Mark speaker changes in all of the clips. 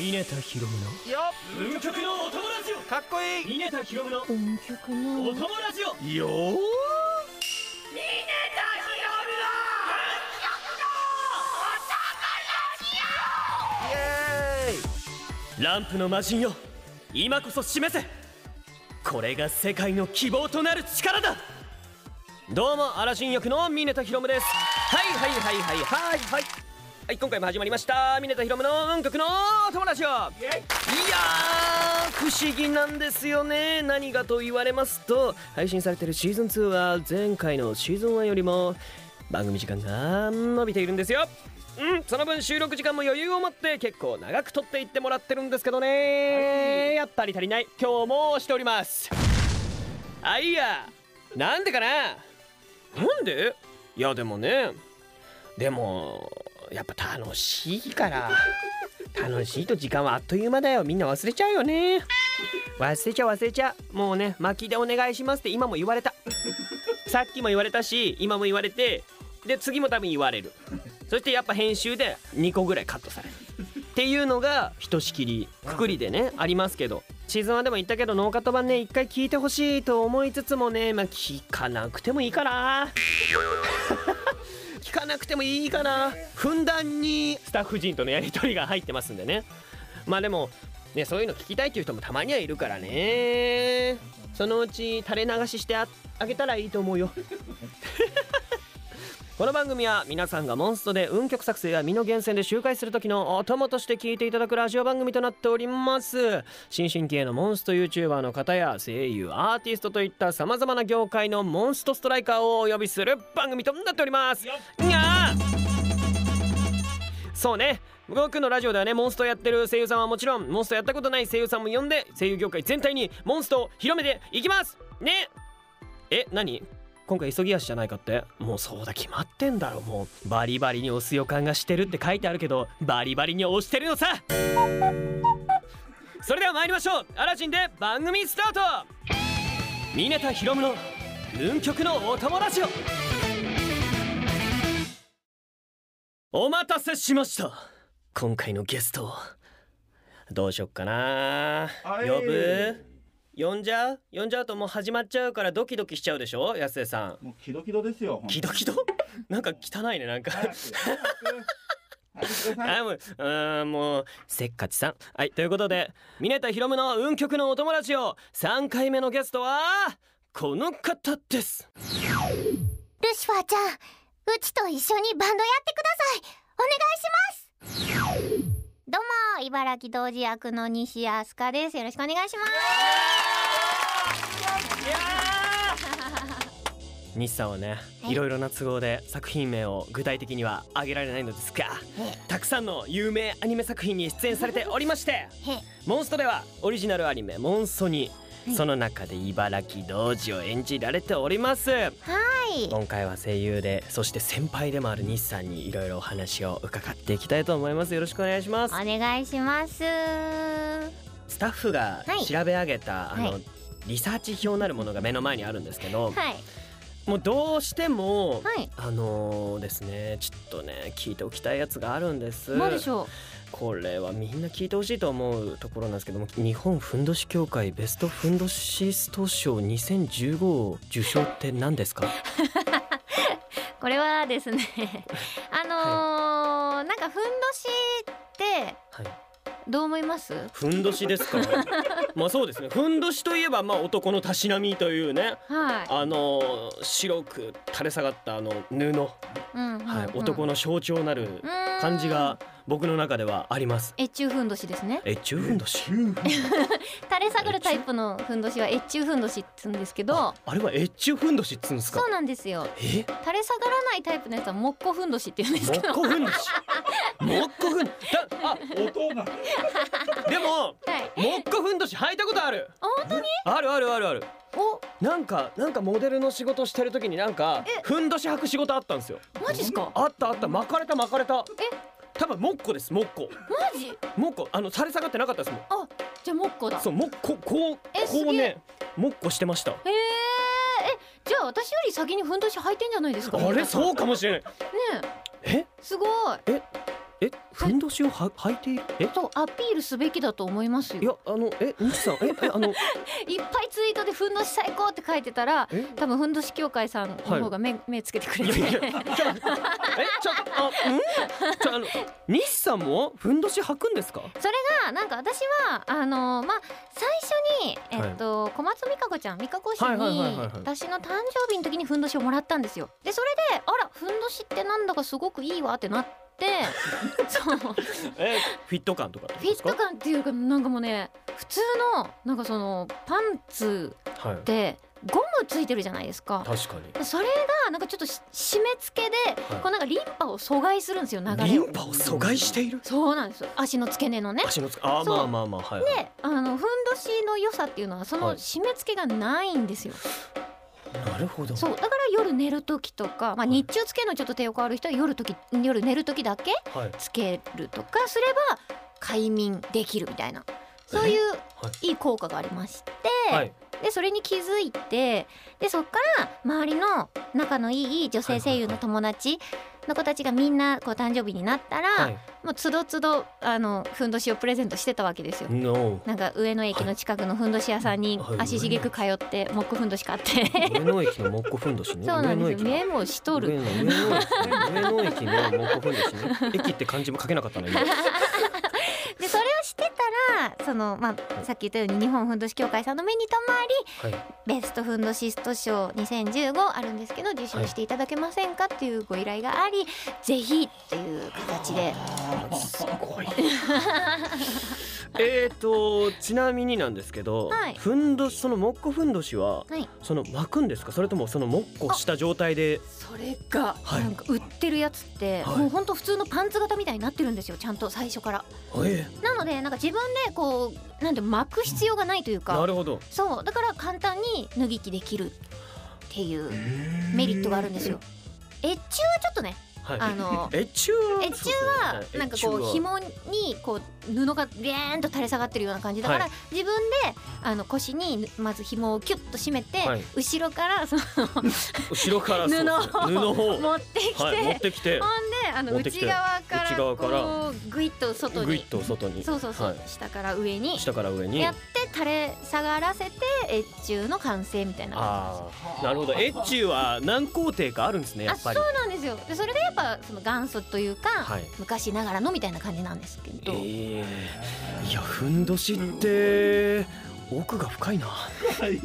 Speaker 1: 稲田博夢の
Speaker 2: よ
Speaker 1: 運極のお友達
Speaker 2: っかっこいい
Speaker 1: を稲田博夢の
Speaker 3: 運極の
Speaker 1: お友達を
Speaker 2: よーイエーイ
Speaker 1: ランプの魔人よ今こそ示せこれが世界の希望となる力だどうもアラジン役の峰田博夢ですはいはいはいはいはいはいはい今回も始まりました峰田博夢の運極のお友達よいやー不思議なんですよね何がと言われますと配信されてるシーズン2は前回のシーズン1よりも番組時間が伸びているんですようんその分収録時間も余裕を持って結構長く撮っていってもらってるんですけどね、やっぱり足りない今日もしておりますあいやなんでかななんでいやでもねでもやっぱ楽しいから楽しいと時間はあっという間だよみんな忘れちゃうよね忘れちゃう忘れちゃうもうね巻きでお願いしますって今も言われたさっきも言われたし今も言われてで次も多分言われるそしてやっぱ編集で2個ぐらいカットされるっていうのがひとしきりくくりでねありますけどシーズン1でも言ったけどノーカット版ね一回聞いてほしいと思いつつもねまあ聞かなくてもいいかな聞かなくてもいいかなふんだんにスタッフ陣とのやり取りが入ってますんでねまあでもねそういうの聞きたいっていう人もたまにはいるからねそのうち垂れ流ししてああげたらいいと思うよこの番組は皆さんがモンストで運曲作成や身の厳選で周回する時のお供として聞いていただくラジオ番組となっております新進気鋭のモンスト YouTuber の方や声優アーティストといったさまざまな業界のモンストストライカーをお呼びする番組となっておりますにゃーそうね僕のラジオではねモンストやってる声優さんはもちろんモンストやったことない声優さんも呼んで声優業界全体にモンストを広めていきますねえ何今回急ぎ足じゃないかってもうそうだ決まってんだろもうバリバリに押す予感がしてるって書いてあるけどバリバリに押してるのさそれでは参りましょうアラジンで番組スタート峰田ひろむの運極のお友達をお待たせしました今回のゲストをどうしよっかな
Speaker 2: はい
Speaker 1: 呼ぶ呼んじゃう呼んじゃうともう始まっちゃうからドキドキしちゃうでしょ安江さん
Speaker 4: もうキドキドですよ。
Speaker 1: キドキドなんか汚いねなんか
Speaker 4: 早く早く早くください
Speaker 1: あもううーんもうせっかちさんはいということで峰田ひろむの運極のお友達を3回目のゲストはこの方です
Speaker 3: ルシファーちゃんうちと一緒にバンドやってくださいお願いしますどうも茨城同時役の西明日香ですよろしくお願いします
Speaker 1: 西さんはね
Speaker 3: はい
Speaker 1: いろいろな都合で作品名を具体的には挙げられないのですがたくさんの有名アニメ作品に出演されておりまして
Speaker 3: へ
Speaker 1: モンストではオリジナルアニメ「モンソニ
Speaker 3: はい
Speaker 1: その中で茨城童子を演じられております
Speaker 3: はい
Speaker 1: 今回は声優でそして先輩でもある西さんにいろいろお話を伺っていきたいと思いますよろしくお願いします
Speaker 3: お願いします
Speaker 1: スタッフが
Speaker 3: はい
Speaker 1: 調べ上げた、あの、
Speaker 3: は
Speaker 1: リサーチ表なるものが目の前にあるんですけど、
Speaker 3: はい
Speaker 1: もうどうしても、
Speaker 3: はい
Speaker 1: あのーですねちょっとね聞いておきたいやつがあるんです
Speaker 3: 何でしょ
Speaker 1: これはみんな聞いてほしいと思うところなんですけども日本ふんどし協会ベストふんどしスト賞2015を受賞って何ですか
Speaker 3: うこれはですね あのーなんかふんどしって
Speaker 1: はい
Speaker 3: どう思います
Speaker 1: ふんどしです かまあそうですねふんどしといえばまあ男のたしなみというね
Speaker 3: はい
Speaker 1: あのー白く垂れ下がったあの布、
Speaker 3: うん
Speaker 1: はい、男の象徴なる感じが僕の中ではあります
Speaker 3: 越中ふんどしですね
Speaker 1: 越中ふんどし
Speaker 3: 垂れ下がるタイプのふんどしは越中ふんどしって言うんですけど
Speaker 1: あれは越中ふんどしっつうんですか
Speaker 3: そうなんですよ
Speaker 1: え
Speaker 3: 垂れ下がらないタイプのやつはもっこふんどしって言うんです
Speaker 1: もっ
Speaker 3: けど
Speaker 1: こふんどし もっこふんだあ
Speaker 4: 音が。
Speaker 1: でも
Speaker 3: はい
Speaker 1: もっこふんどし履いたことある
Speaker 3: あ本当に
Speaker 1: あるあるあるある
Speaker 3: お
Speaker 1: なんかなんかモデルの仕事してる時になんか
Speaker 3: え
Speaker 1: ふんどし履く仕事あったんですよ
Speaker 3: マジっすか
Speaker 1: あったあった巻かれた巻かれた
Speaker 3: え
Speaker 1: 多分もっこですもっこ
Speaker 3: マジ
Speaker 1: もっこあの垂れ下がってなかったですもん
Speaker 3: あじゃあもっこだ
Speaker 1: そうもっここう
Speaker 3: え
Speaker 1: こ
Speaker 3: す
Speaker 1: う
Speaker 3: げ
Speaker 1: ねもっこしてました
Speaker 3: へーえじゃあ私より先にふんどし履いてんじゃないですか
Speaker 1: あれそううかもしれない
Speaker 3: ねえ
Speaker 1: え
Speaker 3: すごい
Speaker 1: えふんどしをは履いているえ
Speaker 5: とアピールすべきだと思います
Speaker 1: い
Speaker 5: よ
Speaker 1: やあのえ西さんええあの
Speaker 5: いっぱいツイートでふんどし最高って書いてたら
Speaker 1: え
Speaker 5: 多分ふんどし協会さんの方が目,、目つけてくれ
Speaker 1: いやいやちょ
Speaker 5: て
Speaker 1: えちょあうんちょあの西さんもふんどし履くんですか
Speaker 5: それがなんか私はあのまあ最初に、えっと小松美香子ちゃん美香子氏に、
Speaker 1: はいはいはいはいはい
Speaker 5: 私の誕生日の時にふんどしをもらったんですよでそれであらふんどしってなんだかすごくいいわってなって そう
Speaker 1: えフィット感とかってこと
Speaker 5: フィ
Speaker 1: で
Speaker 5: ッ
Speaker 1: すか
Speaker 5: ト感っていうかなんかもうね普通のなんかそのパンツ
Speaker 1: はい
Speaker 5: ってゴムついてるじゃないですか
Speaker 1: 確か
Speaker 5: でそれがなんかちょっとし締め付けで、
Speaker 1: はい
Speaker 5: こうなんかリンパを阻害するんですよ流
Speaker 1: にリ
Speaker 5: れを
Speaker 1: ンパを阻害している
Speaker 5: そうなんですよ足の付け根のね
Speaker 1: 足のつあー
Speaker 5: そう
Speaker 1: まあまあまあはいはい
Speaker 5: であのふんどしの良さっていうのはそ
Speaker 1: は
Speaker 5: の
Speaker 1: い
Speaker 5: 締め付けがないんですよ、
Speaker 1: なるほど
Speaker 5: そうだから夜寝る時とか、まあ、
Speaker 1: い
Speaker 5: 日中つけるのちょっと抵抗ある人は夜時夜寝る時だけ
Speaker 1: はい
Speaker 5: つけるとかすれば快眠できるみたいなそういういい効果がありまして、
Speaker 1: はい
Speaker 5: でそれに気づいてでそっから周りの仲のいい女性声優の友達の子たちがみんなこう誕生日になったら、
Speaker 1: はい
Speaker 5: もうつどつどあのふんどしをプレゼントしてたわけですよ。
Speaker 1: No
Speaker 5: なんか上野駅の近くのふんどし屋さんに
Speaker 1: はい
Speaker 5: 足しげく通ってモックふんどし買って、
Speaker 1: 上野駅のモッコふんどしね
Speaker 5: そうなんで
Speaker 1: 上
Speaker 5: す
Speaker 1: 野
Speaker 5: よ
Speaker 1: 駅
Speaker 5: 目もしとる
Speaker 1: 上野上野駅のモッコふんどし ね駅って漢字も書けなかったの今
Speaker 5: でそれをしてたらその、まあ、さっき言ったように日本ふんどし協会さんの目に留ま
Speaker 1: はい
Speaker 5: りベストふんどしスト賞2015あるんですけど受賞していただけませんかっていうご依頼がありぜひっていう形で
Speaker 1: すごい。えっとちなみになんですけど、
Speaker 5: はい
Speaker 1: ふんどしそのもっこふんどしは、
Speaker 5: はい
Speaker 1: その巻くんですかそれともそのもっこした状態で
Speaker 5: それが
Speaker 1: はい
Speaker 5: なんか売ってるやつって、
Speaker 1: はい
Speaker 5: もうほんと普通のパンツ型みたいになってるんですよちゃんと最初から
Speaker 1: え
Speaker 5: なのでなんか自分でこうなんて巻く必要がないという
Speaker 1: えな
Speaker 5: か
Speaker 1: るほど
Speaker 5: そうだから簡単に脱ぎ着できるっていうメリットがあるんですよ越中はちょっとね
Speaker 1: はい
Speaker 5: あ の
Speaker 1: 越中
Speaker 5: 越中はなんかこう紐にこう布がビャーンと垂れ下がってるような感じだから、
Speaker 1: は
Speaker 5: 自分であの腰にまず紐をキュッと締めて、
Speaker 1: はい
Speaker 5: 後ろからその
Speaker 1: 後ろから
Speaker 5: 布
Speaker 1: そうですね布を
Speaker 5: 持ってきて、
Speaker 1: はい持ってきて
Speaker 5: ほんであの
Speaker 1: 持ってき
Speaker 5: 内
Speaker 1: て
Speaker 5: 側
Speaker 1: 内側
Speaker 5: か
Speaker 1: からら
Speaker 5: こうグイッと外
Speaker 1: ぐい
Speaker 5: に
Speaker 1: っと外に
Speaker 5: そうそうそう、
Speaker 1: はい
Speaker 5: 下から上に
Speaker 1: 下から上に
Speaker 5: やって垂れ下がらせて越中の完成みたいな感
Speaker 1: あ
Speaker 5: じ
Speaker 1: あなるほど越中は何工程かあるんですねや
Speaker 5: あ
Speaker 1: っ
Speaker 5: そ
Speaker 1: ぱ
Speaker 5: う
Speaker 1: り
Speaker 5: なんですよでそれでやっぱその元祖というか、
Speaker 1: はい
Speaker 5: 昔ながらのみたいな感じなんですけど、
Speaker 1: ええいやふんどしって奥が深いな
Speaker 4: はい。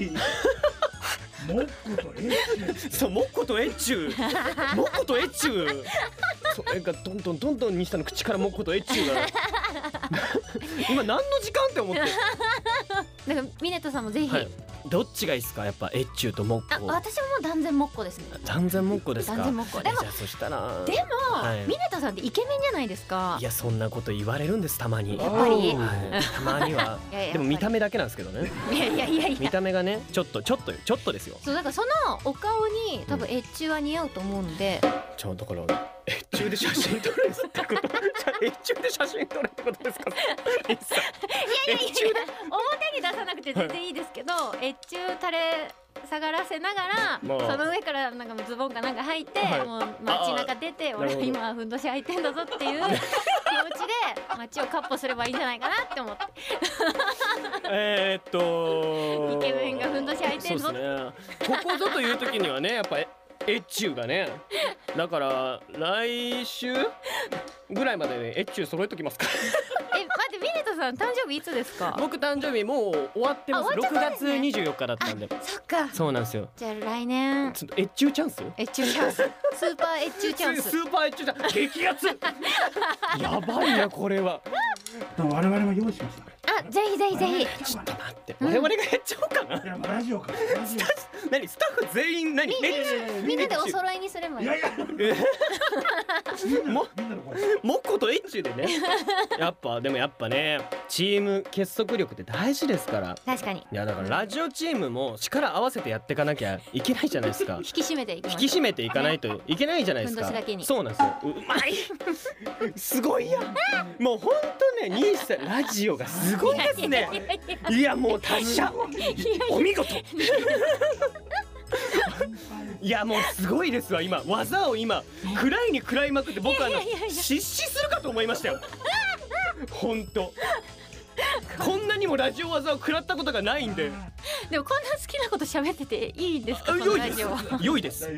Speaker 4: モックとエッチの
Speaker 1: そうモッコとエッチューモッコとエッチューそれがどんどんどんどん西田の口からモッコとエッチューが今何の時間って思って、
Speaker 5: だからミネタさんもぜひ、
Speaker 1: はい、どっちがいいですかやっぱエッチューとモッ
Speaker 5: あ
Speaker 1: コ
Speaker 5: 私はもう断然モッコですね
Speaker 1: 断然モッコですか
Speaker 5: 断然モッコ
Speaker 1: え
Speaker 5: でも
Speaker 1: じゃあそしたら
Speaker 5: でも、
Speaker 1: はい
Speaker 5: ミネタさんってイケメンじゃないですか
Speaker 1: いやそんなこと言われるんですたまに
Speaker 5: やっぱり
Speaker 1: はいたまには
Speaker 5: いやいややっぱり
Speaker 1: でも見た目だけなんですけどね
Speaker 5: いやいやいやい
Speaker 1: 見
Speaker 5: や
Speaker 1: た目がねちょっとちょっとちょっとですよ
Speaker 5: そうだからそのお顔に多分越中は似合うと思うんで、
Speaker 1: ちょだからエッチューで写真撮るってことじゃあエッチューで写真撮るってことですか西さん
Speaker 5: いやいやいや表に出さなくて全然いいですけど、越中垂れ下がらせながら、
Speaker 1: まあ
Speaker 5: その上からなんかもうズボンかなんか履いて、
Speaker 1: はい
Speaker 5: もう街中出て
Speaker 1: あーなる
Speaker 5: 俺
Speaker 1: ほど
Speaker 5: 今ふんどし履いてんだぞっていう気持ちで街をカッポすればいいんじゃないかなって思って
Speaker 1: えーっと
Speaker 5: イケメンがふんどし履いてんぞ
Speaker 1: そうですねここぞという時にはねやっぱエッチューがねだから来週ぐらいまでねエッチュー揃えときますか
Speaker 5: え待ってミネタさん誕生日いつですか
Speaker 1: 僕誕生日もう終わってます
Speaker 5: あ終わっちゃったんですね
Speaker 1: 6月24日だったんで
Speaker 5: そっか
Speaker 1: そうなんですよ
Speaker 5: じゃあ来年
Speaker 1: ちょっとエッチューチャンス
Speaker 5: 越中チャンススーパー越中チャン
Speaker 1: ス
Speaker 5: ス
Speaker 1: ーパーエッチューチャンス激アツ やばいなこれは
Speaker 4: 我々も用意しました。
Speaker 5: あぜひぜひ ぜひ
Speaker 4: ちょっと
Speaker 1: 待って我々がやっちゃおうかな、
Speaker 4: いやラジオかラジ
Speaker 1: 何スタッフ全員何エッチュー
Speaker 5: みんなでお揃いにすれば
Speaker 4: オ。
Speaker 5: い
Speaker 4: い
Speaker 5: い
Speaker 4: やいや。
Speaker 1: も
Speaker 4: みんなの声。
Speaker 1: モッコとエッチュで ねやっぱでもやっぱねチーム結束力って大事ですから
Speaker 5: 確かに
Speaker 1: いやだからラジオチームも力合わせてやっていかなきゃいけないじゃない ですか
Speaker 5: 引き締めていき
Speaker 1: 引
Speaker 5: ましょう
Speaker 1: き締めていかないといけないじゃないですか
Speaker 5: ふんどしだけに
Speaker 1: そうなんですよううまい すごいやもうほんとね兄さんラジオがすごいです ねいやもう達者お見事いやもうすごいですわ今技を今暗いに暗いまくって僕あの
Speaker 5: いやいやいやいや
Speaker 1: 失神するかと思いましたよ本当こんなにもラジオ技を食らったことがないんで
Speaker 5: でもこんな好きなこと喋ってていいんですか
Speaker 1: あ
Speaker 5: この
Speaker 1: 良い
Speaker 5: ラ
Speaker 1: で
Speaker 5: ジ
Speaker 1: す
Speaker 5: オは
Speaker 1: 良いです
Speaker 5: そ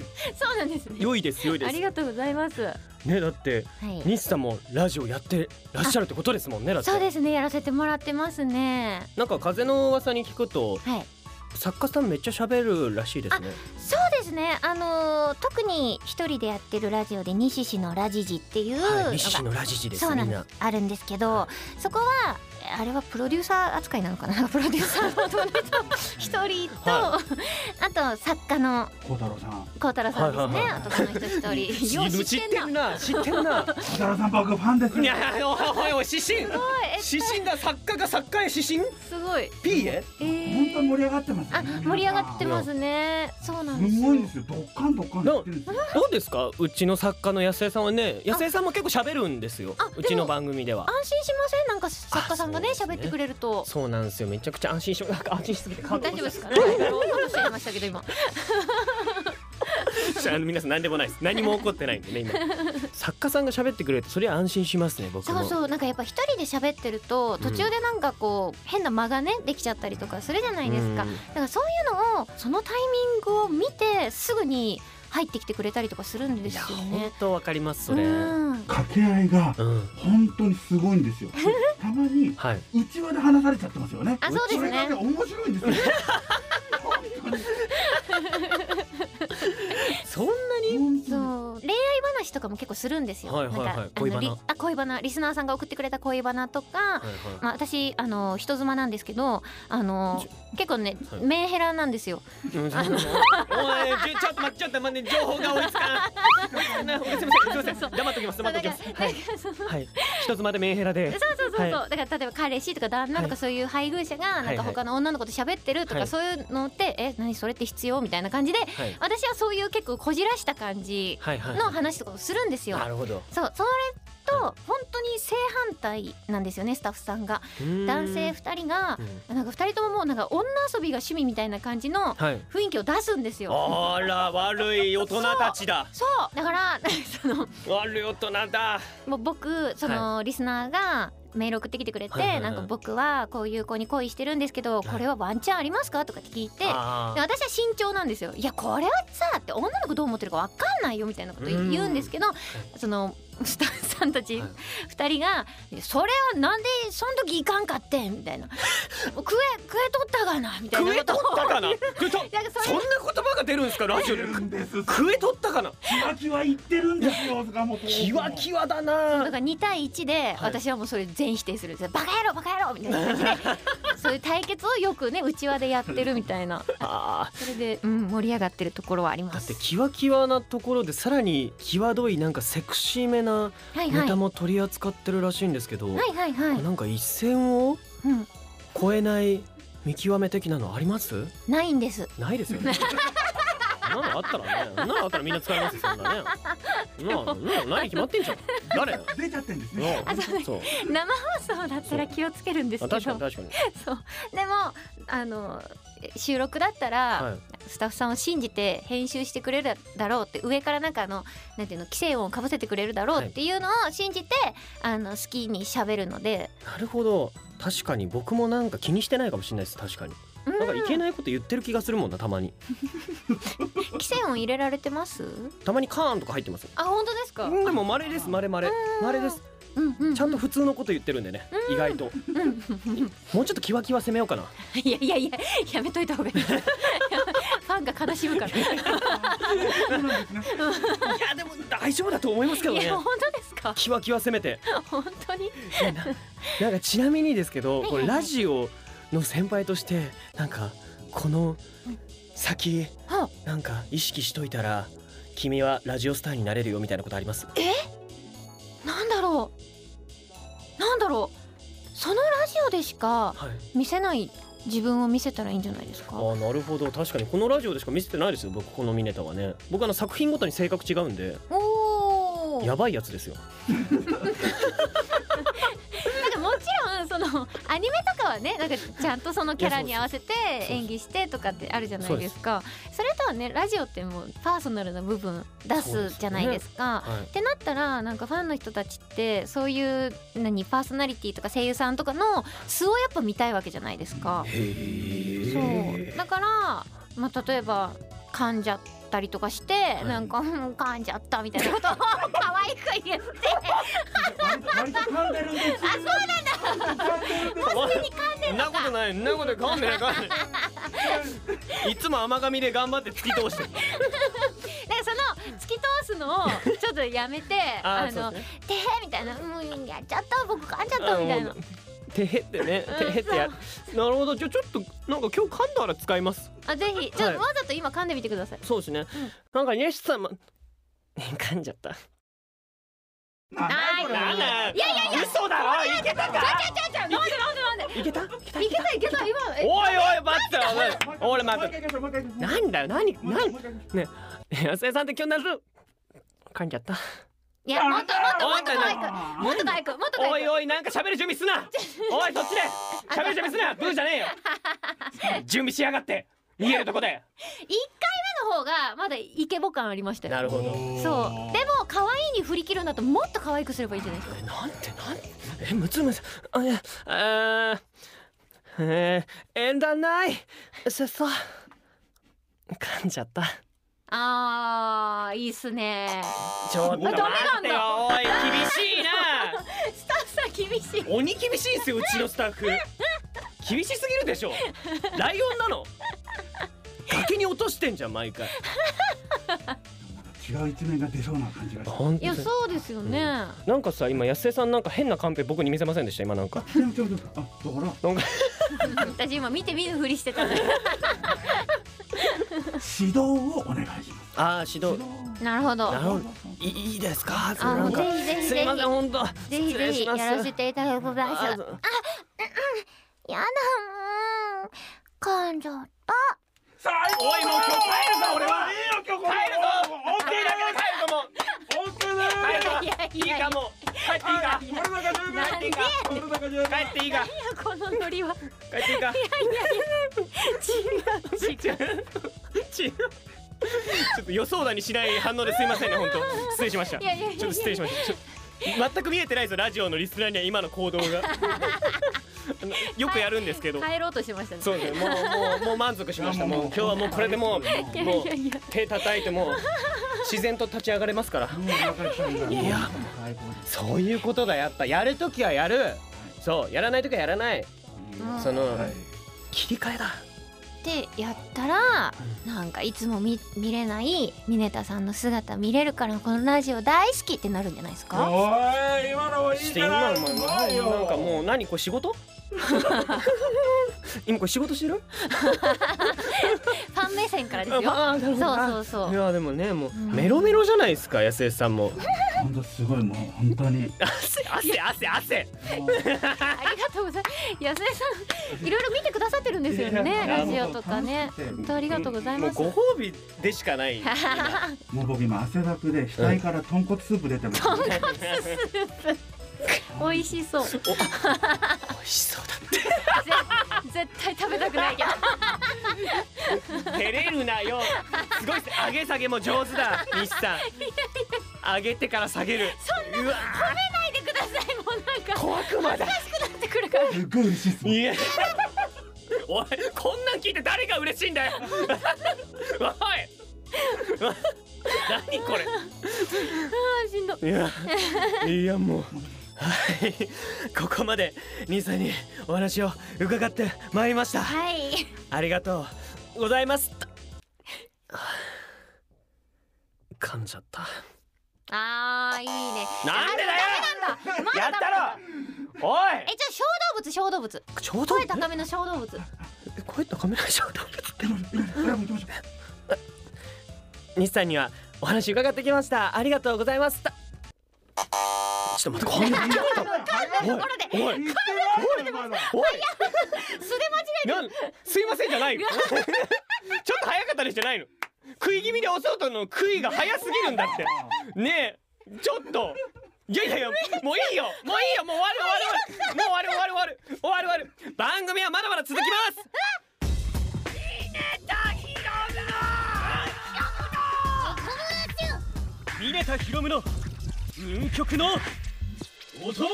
Speaker 5: うなんですね
Speaker 1: 良いです良いで
Speaker 5: あり
Speaker 1: す
Speaker 5: がとうございますは
Speaker 1: ねだって
Speaker 5: い。
Speaker 1: 西さんもラジオやってらっしゃるってことですもんねだって
Speaker 5: そうですねやらせてもらってますね
Speaker 1: なんか風の噂に聞くと
Speaker 5: はい
Speaker 1: 作家さんめっちゃ喋るらしいですね
Speaker 5: そうですねあのー特に一人でやってるラジオで西氏のラジジっていうのが、
Speaker 1: はい西氏のラジジです
Speaker 5: そう
Speaker 1: み
Speaker 5: なん
Speaker 1: ん
Speaker 5: で
Speaker 1: な
Speaker 5: すあるんですけどそこはあれはプロデューサー扱いなのかな プロデューサーの友達と一人と、
Speaker 1: は
Speaker 5: あと作家の
Speaker 4: 小太郎さん
Speaker 5: 孝太郎さんで
Speaker 1: はいは
Speaker 5: すね、
Speaker 1: いはい
Speaker 5: あとこの人 一人よう知
Speaker 1: 知っ
Speaker 5: ってん
Speaker 1: て
Speaker 5: な
Speaker 1: るな知ってるな
Speaker 4: 小太郎さん僕ファンで す
Speaker 1: いやおい おい指針
Speaker 5: すごいえ
Speaker 1: 指針だ作家が作家へ指針
Speaker 5: すごい
Speaker 1: P へ
Speaker 5: え
Speaker 4: 本当
Speaker 5: ー
Speaker 4: に盛り上がってますよ
Speaker 5: あ
Speaker 4: ね
Speaker 5: 盛り上がってますねそうなんですす
Speaker 4: ごいん
Speaker 5: よ
Speaker 4: ですよドッカンドッカンって言ってるんですよ
Speaker 1: どうですかうちの作家の安江さんはね安江さんも結構喋るんですよ
Speaker 5: あ
Speaker 1: うちの番組では
Speaker 5: 安心しませんなんか作家さんがね
Speaker 1: あそうですね
Speaker 5: 喋、ってくれると
Speaker 1: そうなんですよめちゃくちゃ安心し なんか安心しすぎて
Speaker 5: 大
Speaker 1: 感
Speaker 5: 丈
Speaker 1: 動
Speaker 5: 夫
Speaker 1: し
Speaker 5: ですかねローカとしちゃいましたけど今
Speaker 1: たあの皆さん何でもないです何も起こってないんで ね今作家さんが喋ってくれるとそれは安心しますね僕
Speaker 5: そ
Speaker 1: も
Speaker 5: うそうなんかやっぱ一人で喋ってると途中でなんかこう、変な間がねできちゃったりとかするじゃないですか、
Speaker 1: うん
Speaker 5: だからそういうのをそのタイミングを見てすぐに入ってきてくれたりとかするんで
Speaker 1: い
Speaker 5: す
Speaker 1: や
Speaker 5: よ
Speaker 1: 本
Speaker 5: ね。
Speaker 1: 当わかりますそうれうん
Speaker 5: ん
Speaker 4: 掛け合いが本当にすごいんですよたまに
Speaker 1: はい
Speaker 4: 内輪で話されちゃってますよね
Speaker 5: あそうですね
Speaker 4: れがね面白いんですよ本当に
Speaker 1: そんなに
Speaker 4: 本当
Speaker 5: そう
Speaker 4: に
Speaker 5: 恋愛話とかも結構するんですよ。
Speaker 1: はいはいはい
Speaker 5: なんかあの
Speaker 1: 恋バナ
Speaker 5: リあ恋バナリスナーさんが送ってくれた恋バナとか、
Speaker 1: はいはい
Speaker 5: まあ、私あの人妻なんですけどあの
Speaker 1: ち
Speaker 5: 結構ね、
Speaker 1: はい
Speaker 5: メンヘラなんですよ。
Speaker 1: うんそんなのおいちょちょっと待ってちょっと待って情報が追いつかんなすいませんすいません黙っときます黙っときます
Speaker 5: そうだか
Speaker 1: は
Speaker 5: ら
Speaker 1: い
Speaker 5: なんか その
Speaker 1: はい一つまでメンヘラで
Speaker 5: そうそうそうそう、
Speaker 1: は
Speaker 5: だから例えば彼氏とか旦那と
Speaker 1: は
Speaker 5: か
Speaker 1: い
Speaker 5: そういう配偶者がなん
Speaker 1: はいは
Speaker 5: か
Speaker 1: い
Speaker 5: 他の女の子と喋ってると
Speaker 1: は
Speaker 5: か
Speaker 1: い
Speaker 5: そういうのって、え何それって必要みたいな感じで
Speaker 1: はい
Speaker 5: 私はそういう結構こじらした感じ
Speaker 1: はいはい
Speaker 5: の話とかをするんですよ。
Speaker 1: なるほど
Speaker 5: そうそれと本当に正反対なんですよねスタッフさんが男性
Speaker 1: う
Speaker 5: 2人が
Speaker 1: ーんうん
Speaker 5: なんか2人とももうなんか女遊びが趣味みたいな感じの
Speaker 1: はい
Speaker 5: 雰囲気を出すんですよ。
Speaker 1: あら悪い大人たちだ
Speaker 5: そうだから その
Speaker 1: 悪い大人だ
Speaker 5: もう僕その、リスナーがメール送ってきてくれ
Speaker 1: は
Speaker 5: て、
Speaker 1: いはいはい
Speaker 5: なんか僕はこういう子に恋してるんですけど、
Speaker 1: い
Speaker 5: これはワンチャンありますかとかって聞いて。
Speaker 1: あ
Speaker 5: で
Speaker 1: ー
Speaker 5: 私は慎重なんですよいやこれはさって女の子どう思ってるかわかんないよみたいなこと言うんですけどそのスタッフさんたち
Speaker 1: はい
Speaker 5: 2人が「いやそれはなんでその時いかんかってん」みたいな「もう食え食えとったがな」みたい
Speaker 1: 食
Speaker 5: な
Speaker 1: え
Speaker 5: こととを
Speaker 1: ったかな食えと
Speaker 5: なんかそ
Speaker 1: そん
Speaker 5: れ
Speaker 1: な言葉が出るんですかラジオ
Speaker 4: 出
Speaker 1: で
Speaker 4: るんです
Speaker 1: 食えとったかな
Speaker 4: キワキワ言ってるんですよ塚本
Speaker 1: キワキワだ
Speaker 5: だ
Speaker 1: な
Speaker 5: から2対1で
Speaker 1: はい
Speaker 5: 私はもうそれ全否定するんですよ「バカ野郎バカ野郎」みたいな感じ でそういう対決をよくねうちわでやってるみたいな
Speaker 1: あ
Speaker 5: それで、うん、盛り上がってるところはあり
Speaker 1: ーだ
Speaker 5: ま
Speaker 1: っ
Speaker 5: す
Speaker 1: て。キワキワなところでさらに際どいなんかセクシーめな
Speaker 5: はいは
Speaker 1: ネ
Speaker 5: い
Speaker 1: タも取り扱ってるらしいんですけど、
Speaker 5: はいはいはい、
Speaker 1: なんか一線を
Speaker 5: うん、
Speaker 1: 超えない見極め的なのあります
Speaker 5: ないんです
Speaker 1: ないですよ ねそんなのあったらねそんなのあったらみんな使いますよそんなねそんなのそんなのないに決まってんじゃん誰な
Speaker 4: 出ちゃってんですね
Speaker 1: あ
Speaker 5: そう
Speaker 1: そう
Speaker 5: 生放送だったら気をつけるんです
Speaker 1: あ
Speaker 5: けど
Speaker 1: 確か
Speaker 5: そう
Speaker 1: に確かに
Speaker 5: でもあの収録だったら、
Speaker 1: はい
Speaker 5: スタッフさんを信じて編集してくれるだろうって上からなんかあのなんていうの規制音をかぶせてくれるだろうっていうのを信じて、あの好きに喋るので
Speaker 1: なるほど確かに僕もなんか気にしてないかもしれないです確かに
Speaker 5: うん
Speaker 1: なんかいけないこと言ってる気がするもんなたまに
Speaker 5: 規制音入れられてます
Speaker 1: たまにカーンとか入ってます
Speaker 5: あ本当ですか、
Speaker 1: うんでも稀です稀稀稀です
Speaker 5: うんうん
Speaker 1: ちゃんと普通のこと言ってるんでね意外ともうちょっとキワキワ攻めようかない
Speaker 5: やいやいややめといた方がいいファンが悲しむから
Speaker 4: そうなんですね
Speaker 1: いやでも大丈夫だと思いますけど
Speaker 5: い
Speaker 1: ね
Speaker 5: や本当ですか
Speaker 1: キワキワ攻めて
Speaker 5: 本当に
Speaker 1: いやななんかちなみにですけど、
Speaker 5: はい
Speaker 1: これラジオの先輩としてなんかこの先
Speaker 5: は
Speaker 1: なんか意識しといたら君はラジオスターになれるよみたいなことあります
Speaker 5: なんだろうなんだろうそのラジオでしか
Speaker 1: はい。
Speaker 5: 見せない自分を見せたらいいんじゃないですか
Speaker 1: ああなるほど確かにこのラジオでしか見せてないですよ僕このミネタはね僕あの作品ごとに性格違うんで
Speaker 5: おお
Speaker 1: やばいやつですよ
Speaker 5: なんかもちろんそのアニメとかははねなんかちゃんとそのキャラに合わせて演技してとかってあるじゃないですかそれとはねラジオってもうパーソナルな部分出すじゃないですか。
Speaker 1: はい
Speaker 5: ってなったらなんかファンの人たちってそういう何パーソナリティとか声優さんとかの素をやっぱ見たいわけじゃないですか。そうだから、まあ、例えば噛んじゃったりとかして、
Speaker 1: い
Speaker 5: なんか「うん噛んじゃった」みたいなことを 可愛く言って
Speaker 4: 割と割と噛んでるんですよ。あ、そうなんだ。
Speaker 1: んなことないんなこと噛んでない噛んで ないいつも甘噛みで頑張って突き通してる
Speaker 5: なんかその突き通すのをちょっとやめて「
Speaker 1: あ
Speaker 5: あ
Speaker 1: ーそう
Speaker 5: の
Speaker 1: で
Speaker 5: です
Speaker 1: ね
Speaker 5: みたいな「うんやっちゃった僕噛んじゃった」みたい
Speaker 1: あも
Speaker 5: な
Speaker 1: うてへってねてへってやなるほどじゃあちょっとなんか今日噛んだら使います
Speaker 5: あぜひちょっ
Speaker 1: はい
Speaker 5: とわざと今噛んでみてください。
Speaker 1: そうですね、なんかネシ様 噛んじゃった
Speaker 4: なんだこれ
Speaker 1: なんだい
Speaker 5: いやいやいや
Speaker 1: 嘘だろいけたか
Speaker 5: ちゃちゃちゃなんでなんでなんで
Speaker 1: いけたいけた
Speaker 5: いけたいけた今え
Speaker 1: おいおい待っておい俺待って
Speaker 4: て。もう一回行きましょう
Speaker 1: なんだよ何
Speaker 4: もう一
Speaker 1: 何
Speaker 4: 回もう一回もう一回
Speaker 1: ねえ安江さんって今日なる噛んじゃった
Speaker 5: いやもっともっともっと可愛く
Speaker 4: あ
Speaker 5: もっと可愛くもっと可
Speaker 1: お
Speaker 5: 愛
Speaker 1: い
Speaker 5: く
Speaker 1: おいなんか喋る準備す なおいそっちで喋る準備すなブーじゃねえよ準備しやがって逃げるとこ で
Speaker 5: 一回目の方がまだイケボ感ありましたよ
Speaker 1: なるほど
Speaker 5: そうでも可愛いに振り切るんだともっと可愛くすればいいじゃないですか
Speaker 1: えなんてなんてえむつむつあいやあーえー、縁談ないせっそ噛んじゃった
Speaker 5: あーいいっすね
Speaker 1: ちょっと待ってよ
Speaker 5: ダメ
Speaker 1: おい厳しいな
Speaker 5: スタッフさん厳しい
Speaker 1: 鬼厳しいんすようちのスタッフ厳しすぎるでしょライオンなの崖に落としてんじゃん毎回
Speaker 4: 違う一面が出そうな感じがして。
Speaker 1: 本
Speaker 5: いやそうですよね、
Speaker 1: なんかさ今安江さんなんか変なカンペ僕に見せませんでした今なんか
Speaker 4: でもちょうどあ、だから。
Speaker 1: なんか
Speaker 5: 私今見て見ぬふりしてたのに
Speaker 4: 指導をお願いします。
Speaker 1: ああ指導
Speaker 5: なるほど
Speaker 1: なるほどいいいですかそれ
Speaker 5: あ
Speaker 1: な
Speaker 5: も
Speaker 1: ん
Speaker 5: う
Speaker 1: か
Speaker 5: ぜひ
Speaker 1: す
Speaker 5: ぜひぜ
Speaker 1: いません本当
Speaker 5: ひぜひ
Speaker 1: 失礼
Speaker 5: ぜひ
Speaker 1: します
Speaker 5: やらせていただきま
Speaker 1: あ
Speaker 5: す
Speaker 1: そう
Speaker 3: やだもん噛んじゃった
Speaker 4: 最後。
Speaker 1: おいもう今日帰るぞ俺はい
Speaker 4: いよ今日
Speaker 1: 帰るぞオッケーだ
Speaker 4: だ
Speaker 1: けど帰るとも帰る
Speaker 4: け。オッケーだ
Speaker 1: ぞ
Speaker 5: いやいやいや
Speaker 1: いいかも帰っていいか
Speaker 4: 俺の中十分。
Speaker 5: なんで
Speaker 4: 俺の中十分。
Speaker 1: 帰っていいか
Speaker 5: このノリは
Speaker 1: 帰っていいか違う違う違うちょっと予想だにしない反応ですいませんね本当失礼しました
Speaker 5: いやいやいやいや
Speaker 1: ちょっと失礼しましたちょ全く見えてないですよラジオのリスナーには今の行動があのよくやるんですけど、
Speaker 5: 帰ろうとしましたね
Speaker 1: そうですねもうもうもう満足しましたもう今日はもうこれでもうもう手叩いてもう自然と立ち上がれますから
Speaker 4: もう中さんが
Speaker 1: いや
Speaker 4: 最高です。
Speaker 1: そういうことだやっぱやるときはやるそうやらないときはやらないその
Speaker 4: はい
Speaker 1: 切り替えだ
Speaker 5: ってやったらなんかいつも見見れないミネタさんの姿見れるからこのラジオ大好きってなるんじゃないです
Speaker 4: お
Speaker 5: か
Speaker 4: い今のはいい
Speaker 1: して
Speaker 4: か
Speaker 1: 今
Speaker 4: ら
Speaker 1: の
Speaker 4: うまいよ
Speaker 1: なんかもう何これ仕 事今これ仕事してる
Speaker 5: ファン目線からですよ
Speaker 1: ああなるほどな
Speaker 5: そうそうそう
Speaker 1: やでもねもうメロメロじゃないですか安江さんも
Speaker 4: 本当すごいもう本当に
Speaker 1: 汗汗汗汗
Speaker 4: もう
Speaker 5: ありがとうございます安江さんいろいろ見てくださってるんですよ
Speaker 4: い
Speaker 5: ね
Speaker 4: や
Speaker 5: ラジオとかね本当ありがとうございます
Speaker 1: もうご褒美でしかない
Speaker 4: もう僕今汗だくで額から豚骨スープ出てます。
Speaker 5: 美味しそう絶
Speaker 1: 美味しそう
Speaker 5: 絶対食べたくないけど
Speaker 1: だ照れるなよすごいっす上げ下げも上手だ西さん上げてから下げるそんな
Speaker 5: ないでくださいもうなんか
Speaker 1: 小悪魔だ
Speaker 5: なってくる から
Speaker 4: すっごい嬉しいですもん。
Speaker 1: いや おいこんなん聞いて誰が嬉しいんだよ おい 何これ
Speaker 5: あーしんど
Speaker 1: いやいやもうはいここまで兄さんにお話を伺ってまいりました
Speaker 5: はい
Speaker 1: ありがとうございます噛んじゃった
Speaker 5: あーいいね
Speaker 1: なんでだよ
Speaker 5: まだ
Speaker 1: やったろお
Speaker 5: え
Speaker 1: い
Speaker 5: じゃあ小動物小動物
Speaker 1: ちょうど
Speaker 5: 声高めの小動物
Speaker 1: 声高めましょう
Speaker 4: これも行きましょ
Speaker 1: 西さんにはお話伺ってきましたありがとうございますたちょっと待ってこんな
Speaker 5: ところで
Speaker 1: おいおいおい
Speaker 5: 素で間違え
Speaker 1: なんすいませんじゃない よちょっと早かったりじゃないの食い気味で襲うとの食いが早すぎるんだってねえちょっといやいやいやもういいよもういいよもう終わる終わる終わるもう終わる終わる終わる終わる終わる番組はまだまだ続きます ミネタヒロムの運極のお友達よ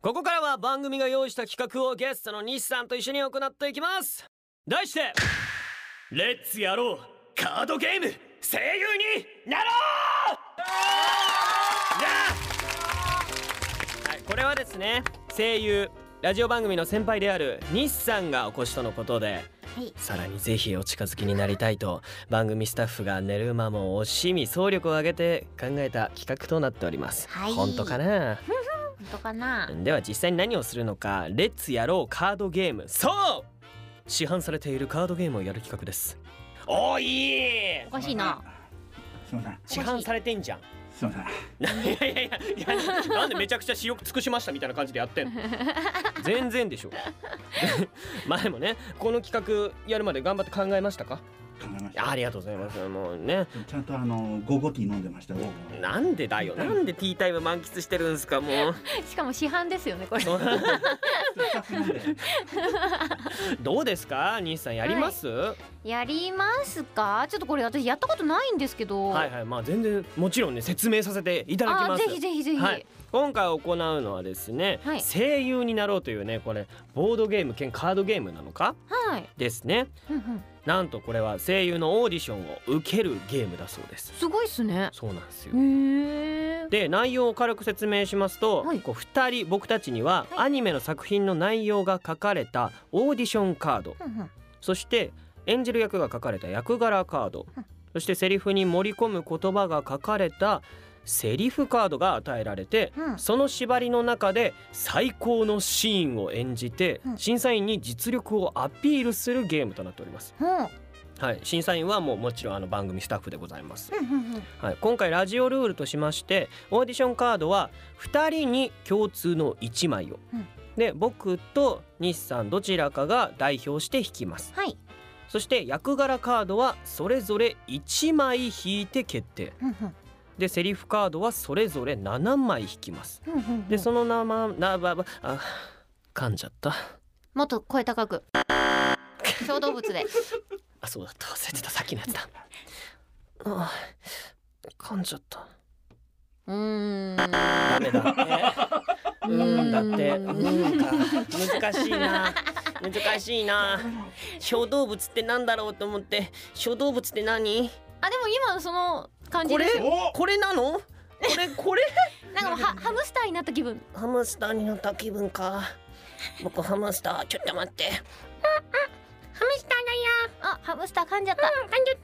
Speaker 1: ここからは番組が用意した企画をゲストの西さんと一緒に行っていきます題してレッツやろうカードゲーム声優になろうはい、これはですね声優ラジオ番組の先輩である西さんがお越しとのことで
Speaker 3: い
Speaker 1: さらにぜひお近づきになりたいと番組スタッフが寝る間も惜しみ総力を挙げて考えた企画となっております、
Speaker 3: はい
Speaker 1: 本当かな
Speaker 5: 本当かな
Speaker 1: では実際に何をするのかレッツやろうカードゲームそう市販されているカードゲームをやる企画ですおい
Speaker 5: おかしいな
Speaker 4: すいません
Speaker 1: 市販されてんじゃん
Speaker 4: すいません
Speaker 1: いやいやいやいやなんでめちゃくちゃ私欲尽くしましたみたいな感じでやってんの全然でしょ 前もねこの企画やるまで頑張って考えましたか
Speaker 4: 考えました
Speaker 1: ありがとうございますもうね
Speaker 4: ちゃんとあの午後ティー飲んでました午後
Speaker 1: なんでだよなんでティータイム満喫してるんすかもう
Speaker 5: しかも市販ですよねこれ
Speaker 1: そう
Speaker 4: 二つ飲んで
Speaker 1: どうですか兄さんやります、はい、
Speaker 5: やりますかちょっとこれ私やったことないんですけど
Speaker 1: はいまあ全然もちろんね説明させていただき
Speaker 5: あ
Speaker 1: ます
Speaker 5: ぜひぜひぜひ、
Speaker 1: はい、今回行うのはですね、
Speaker 5: はい
Speaker 1: 声優になろうというねこれボードゲーム兼カードゲームなのか
Speaker 5: はい
Speaker 1: ですね
Speaker 5: うんうん、
Speaker 1: なんとこれは声優のオーディションを受けるゲームだそうです
Speaker 5: すごいっすね
Speaker 1: そうなんですよ
Speaker 5: へえ
Speaker 1: で内容を軽く説明しますと、
Speaker 5: はい
Speaker 1: こう2人僕たちにはアニメの作品の内容が書かれたオーディションカードそして演じる役が書かれた役柄カード
Speaker 5: うん
Speaker 1: そしてセリフに盛り込む言葉が書かれたセリフカードが与えられて、
Speaker 5: うん
Speaker 1: その縛りの中で最高のシーンを演じて、
Speaker 5: うん
Speaker 1: 審査員に実力をアピールするゲームとなっております。
Speaker 5: ほう
Speaker 1: はい、審査員はもうもちろんあの番組スタッフでございます。
Speaker 5: うんうんうん
Speaker 1: はい、今回ラジオルールとしましてオーディションカードは2人に共通の1枚を、
Speaker 5: うん
Speaker 1: で僕と西さんどちらかが代表して引きます
Speaker 5: はい
Speaker 1: そして役柄カードはそれぞれ1枚引いて決定
Speaker 5: うんうん
Speaker 1: でセリフカードはそれぞれ7枚引きます
Speaker 5: うんうんうん
Speaker 1: でその名前なばばあ噛んじゃった
Speaker 5: もっと声高く小動物 で
Speaker 1: あそうだった忘れてたさっきのやつだあ噛んじゃった
Speaker 5: うーん
Speaker 1: ダメだねうんだってう
Speaker 5: う
Speaker 1: んか難しい な難しいな小動物ってなんだろうと思って小動物って何
Speaker 5: あでも今のその感じですよ
Speaker 4: お
Speaker 1: これなのこれこれ
Speaker 5: なんかもうハハムスターになった気分
Speaker 1: ハムスターになった気分か僕ハムスターちょっと待って
Speaker 5: ハムスターだよあハムスター噛んじゃった、噛んじゃっ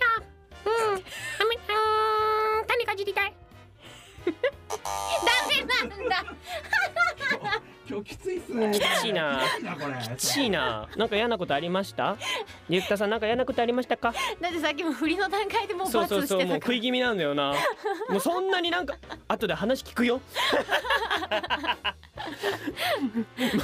Speaker 5: たうんハムうん種かじりたいダメなんだ
Speaker 4: 今日きついっすねき
Speaker 1: ついな
Speaker 4: ついなこれき
Speaker 1: ちいななんか嫌なことありましたゆきたさんなんか嫌なことありましたか
Speaker 5: だってさっきも振りの段階でもう
Speaker 1: そう
Speaker 5: 罰
Speaker 1: そう
Speaker 5: し
Speaker 1: そう
Speaker 5: て
Speaker 1: もう
Speaker 5: たか
Speaker 1: 食い気味なんだよなもうそんなになんか後で話聞く よも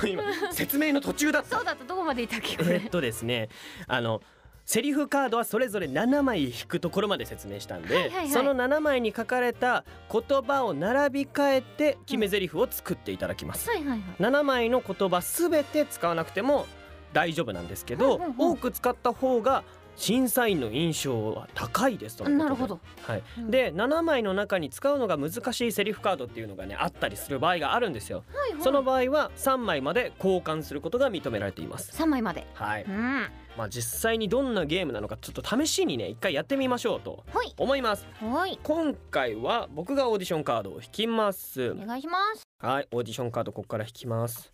Speaker 1: う今説明の途中だっ
Speaker 5: らそ
Speaker 1: た
Speaker 5: うだったどこまでいたっけこ
Speaker 1: えっ
Speaker 5: れ
Speaker 1: とですねあのセリフカードはそれぞれ7枚引くところまで説明したんで、
Speaker 5: はいはいはい
Speaker 1: その7枚に書かれた言葉を並び替えて決め台詞を作っていただきます、
Speaker 5: はいはいはい
Speaker 1: 7枚の言葉すべて使わなくても大丈夫なんですけど、
Speaker 5: うんうんうん
Speaker 1: 多く使った方が審査員の印象は高いですとのことで
Speaker 5: なるほど、
Speaker 1: はい
Speaker 5: うん
Speaker 1: で7枚の中に使うのが難しいセリフカードっていうのがねあったりする場合があるんですよ、
Speaker 5: はいはい、
Speaker 1: その場合は3枚まで交換することが認められています
Speaker 5: 3枚まで、
Speaker 1: はいう
Speaker 5: ん
Speaker 1: まあ、実際にどんなゲームなのかちょっと試しにね一回やってみましょうと
Speaker 5: はい
Speaker 1: 思います
Speaker 5: はい
Speaker 1: 今回は僕がオーディションカードを引きます
Speaker 5: お願いします
Speaker 1: はいオーディションカードここから引きます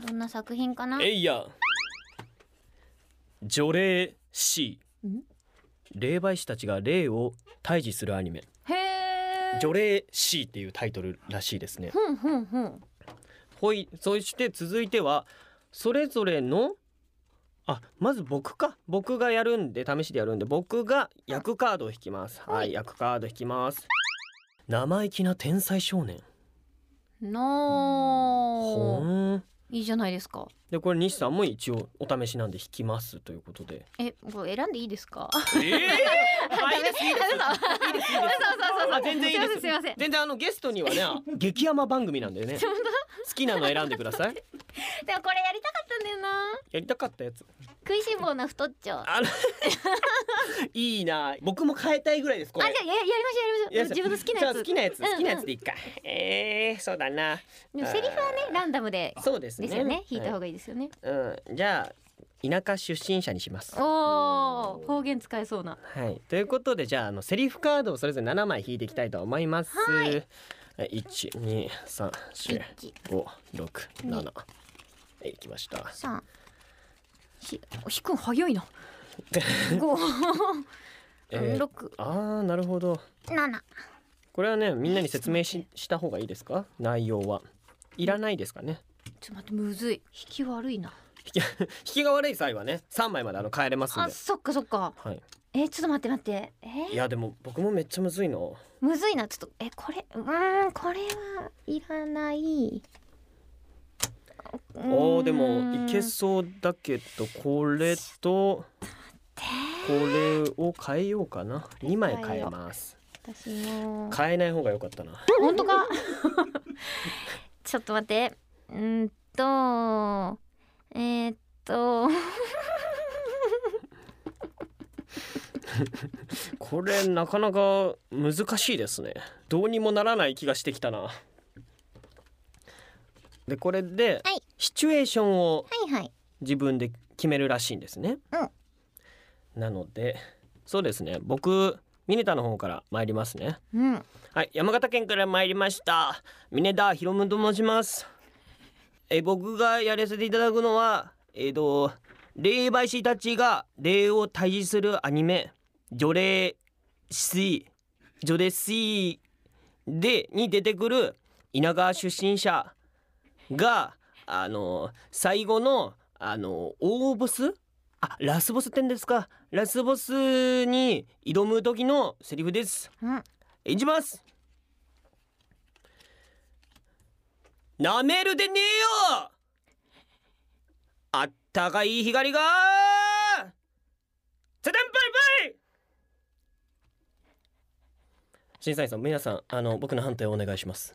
Speaker 5: どんな作品かな
Speaker 1: えいや除霊 C
Speaker 5: ん
Speaker 1: 霊媒師たちが霊を退治するアニメ
Speaker 5: へえ
Speaker 1: 「除霊 C」っていうタイトルらしいですね。
Speaker 5: ふんふんふん
Speaker 1: ほいそして続いてはそれぞれのあまず僕か僕がやるんで試しでやるんで僕が役カードを引きます。
Speaker 5: は
Speaker 1: はいい役カード引きます。生意気な天才少年。ほ
Speaker 5: のー
Speaker 1: ーん。
Speaker 5: いいじゃないですか
Speaker 1: でこれ西さんも一応お試しなんで引きますということ で。
Speaker 5: えこれ選んでいいですか
Speaker 1: ええー、いいですいいです。いいですいいです。
Speaker 5: そうそうそうそう
Speaker 1: あ全然いいです。
Speaker 5: すいませんすいません
Speaker 1: 全然あのゲスト にはね激甘番組なんだよね。好きなの選んでください。
Speaker 5: でもこれやりたかったなんだよな
Speaker 1: やりたかったやつ
Speaker 5: 食いしん坊な太っちょあ
Speaker 1: あらいいな僕も変えたいぐらいですこ
Speaker 5: じゃあ
Speaker 1: れ
Speaker 5: ややりましょうやりましょう自分の好きなや
Speaker 1: じゃあ好
Speaker 5: つ
Speaker 1: きなやつ
Speaker 5: うんうん
Speaker 1: 好きなやつでいいか、えー、そうだな
Speaker 5: でもセリフはねランダムで
Speaker 1: そうですね
Speaker 5: ですよね引いた方
Speaker 1: が
Speaker 5: がいいですよね、
Speaker 1: い、うん、じゃあ田舎出身者にします
Speaker 5: おお方言使えそうな
Speaker 1: はい、ということでじゃああのセリフカードをそれぞれ7枚引いていきたいと思います。
Speaker 5: はい
Speaker 1: はい、1234567
Speaker 3: 一
Speaker 1: はい行きました。
Speaker 3: 三
Speaker 5: ひ引くん早いな五
Speaker 1: えー
Speaker 5: 六
Speaker 1: あーなるほど
Speaker 3: 七
Speaker 1: これはねみんなに説明しした方がいいですか内容はいらないですかね
Speaker 5: ちょっと待ってむずい引き悪いな
Speaker 1: 引き引きが悪い際はね3枚まであの変えれますん
Speaker 5: あ
Speaker 1: で。
Speaker 5: そっかそっか
Speaker 1: はい、
Speaker 5: えーちょっと待って待ってえ
Speaker 1: い
Speaker 5: ー
Speaker 1: やでも僕もめっちゃむずいな
Speaker 5: むずいなちょっとえこれうーんこれ
Speaker 3: いらない
Speaker 1: あーでもいけそうだけどこれとこれを変えようかな2枚変えます
Speaker 5: 私も
Speaker 1: 変えない方が良かったな
Speaker 5: 本当か ちょっと待ってうーんとえー、っと
Speaker 1: これなかなか難しいですねどうにもならない気がしてきたなでこれで
Speaker 3: はい
Speaker 1: シチュエーションを
Speaker 3: はいはい
Speaker 1: 自分で決めるらしいんですね、なのでそうですね僕ミネタの方から参りますね
Speaker 5: うん
Speaker 1: はい、山形県から参りました。峰田ひろむと申します。えー、僕がやらせていただくのは、えっ、と、霊媒師たちが霊を退治するアニメ、除霊師、除霊師で、に出てくる稲川出身者が、あの、最後の、あの、大ボスあ、ラスボスってんですか。ラスボスに挑む時のセリフです。いきますなめるでねえよあったかい光がサタンバイバイ審査員さん皆さんあの僕の判定をお願いします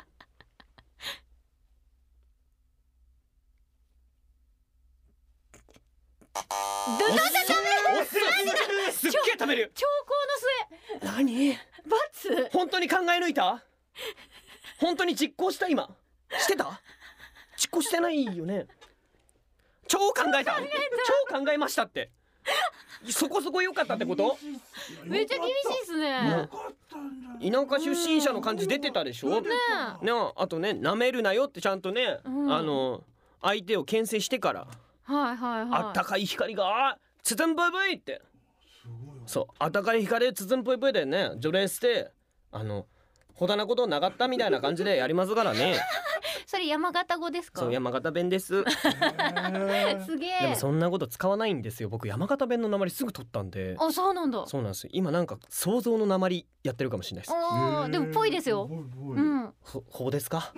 Speaker 5: どどど
Speaker 1: すっげえ食べる
Speaker 5: 兆候
Speaker 1: 何
Speaker 5: の末罰
Speaker 1: 本当に考え抜いた本当に実行した今してた実行してないよね超考えた超考えましたってそこそこ良かったってこと
Speaker 5: めっちゃ厳しいっすね
Speaker 1: もう
Speaker 5: ね
Speaker 1: 田舎出身者の感じ出てたでしょね
Speaker 5: え
Speaker 1: あとねなめるなよってちゃんとね、
Speaker 5: うん
Speaker 1: あの相手を牽制してから、
Speaker 5: はいはいはい
Speaker 1: あったかい光が包むブイブイってそうあったかい光で包むブイブイでね除霊してあのほだなことをなかったみたいな感じでやりますから ね
Speaker 5: それ山形語ですか
Speaker 1: そう山形弁です
Speaker 5: すげ
Speaker 1: で
Speaker 5: え
Speaker 1: もそんなこと使わないんですよ僕山形弁の鉛すぐ取ったんで
Speaker 5: あそうなんだ
Speaker 1: そうなんですよ今なんか想像の鉛やってるかもしれないです
Speaker 5: おおでもぽいですよ
Speaker 4: ぽいぽ
Speaker 5: う
Speaker 4: い
Speaker 5: ん
Speaker 1: ほほうですか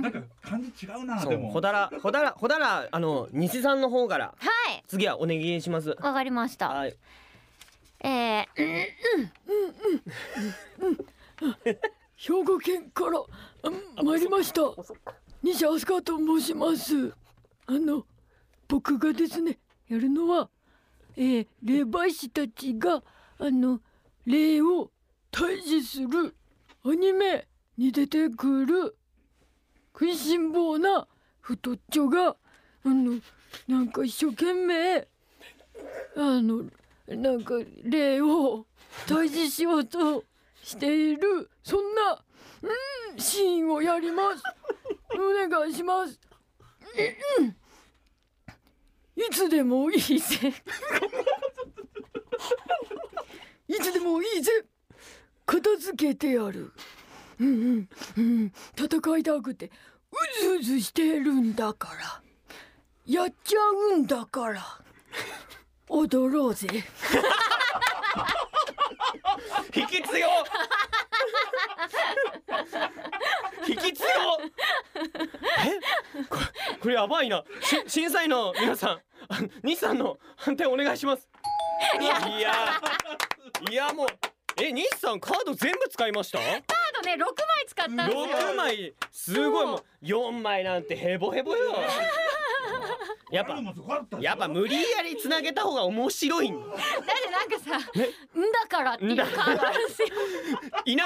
Speaker 4: なんか感じ違うな
Speaker 1: そ
Speaker 4: で
Speaker 1: う
Speaker 4: も
Speaker 1: ほだらほだらほだらあの西さんの方から
Speaker 5: はい
Speaker 1: 次はお願いします
Speaker 5: わかりました
Speaker 1: はい
Speaker 5: えー、
Speaker 6: 兵庫県からあ参りました西飛鳥と申しますあの僕がですねやるのは、えー、霊媒師たちがあの霊を退治するアニメに出てくる食いしん坊な太っちょがあのなんか一生懸命あのなんか霊を退治しようとしているそんなうんシーンをやります お願いしますうんうんいつでもいいぜ いつでもいいぜ片付けてやるうんうんうん戦いたくてうずうずしてるんだからやっちゃうんだ から踊ろうぜ
Speaker 1: 引き強引き強えこれこれやばいなし審査員の皆さんあの西さんの判定お願いしますいやいやもうえ西さんカード全部使いました
Speaker 5: あとね六枚使ったんですよ
Speaker 1: 六枚すごいもう四枚なんてヘボヘボよやっぱやっぱ無理やりつなげた方が面白いんだ
Speaker 5: だってなんかさ「んだから」っていう感があるんですよ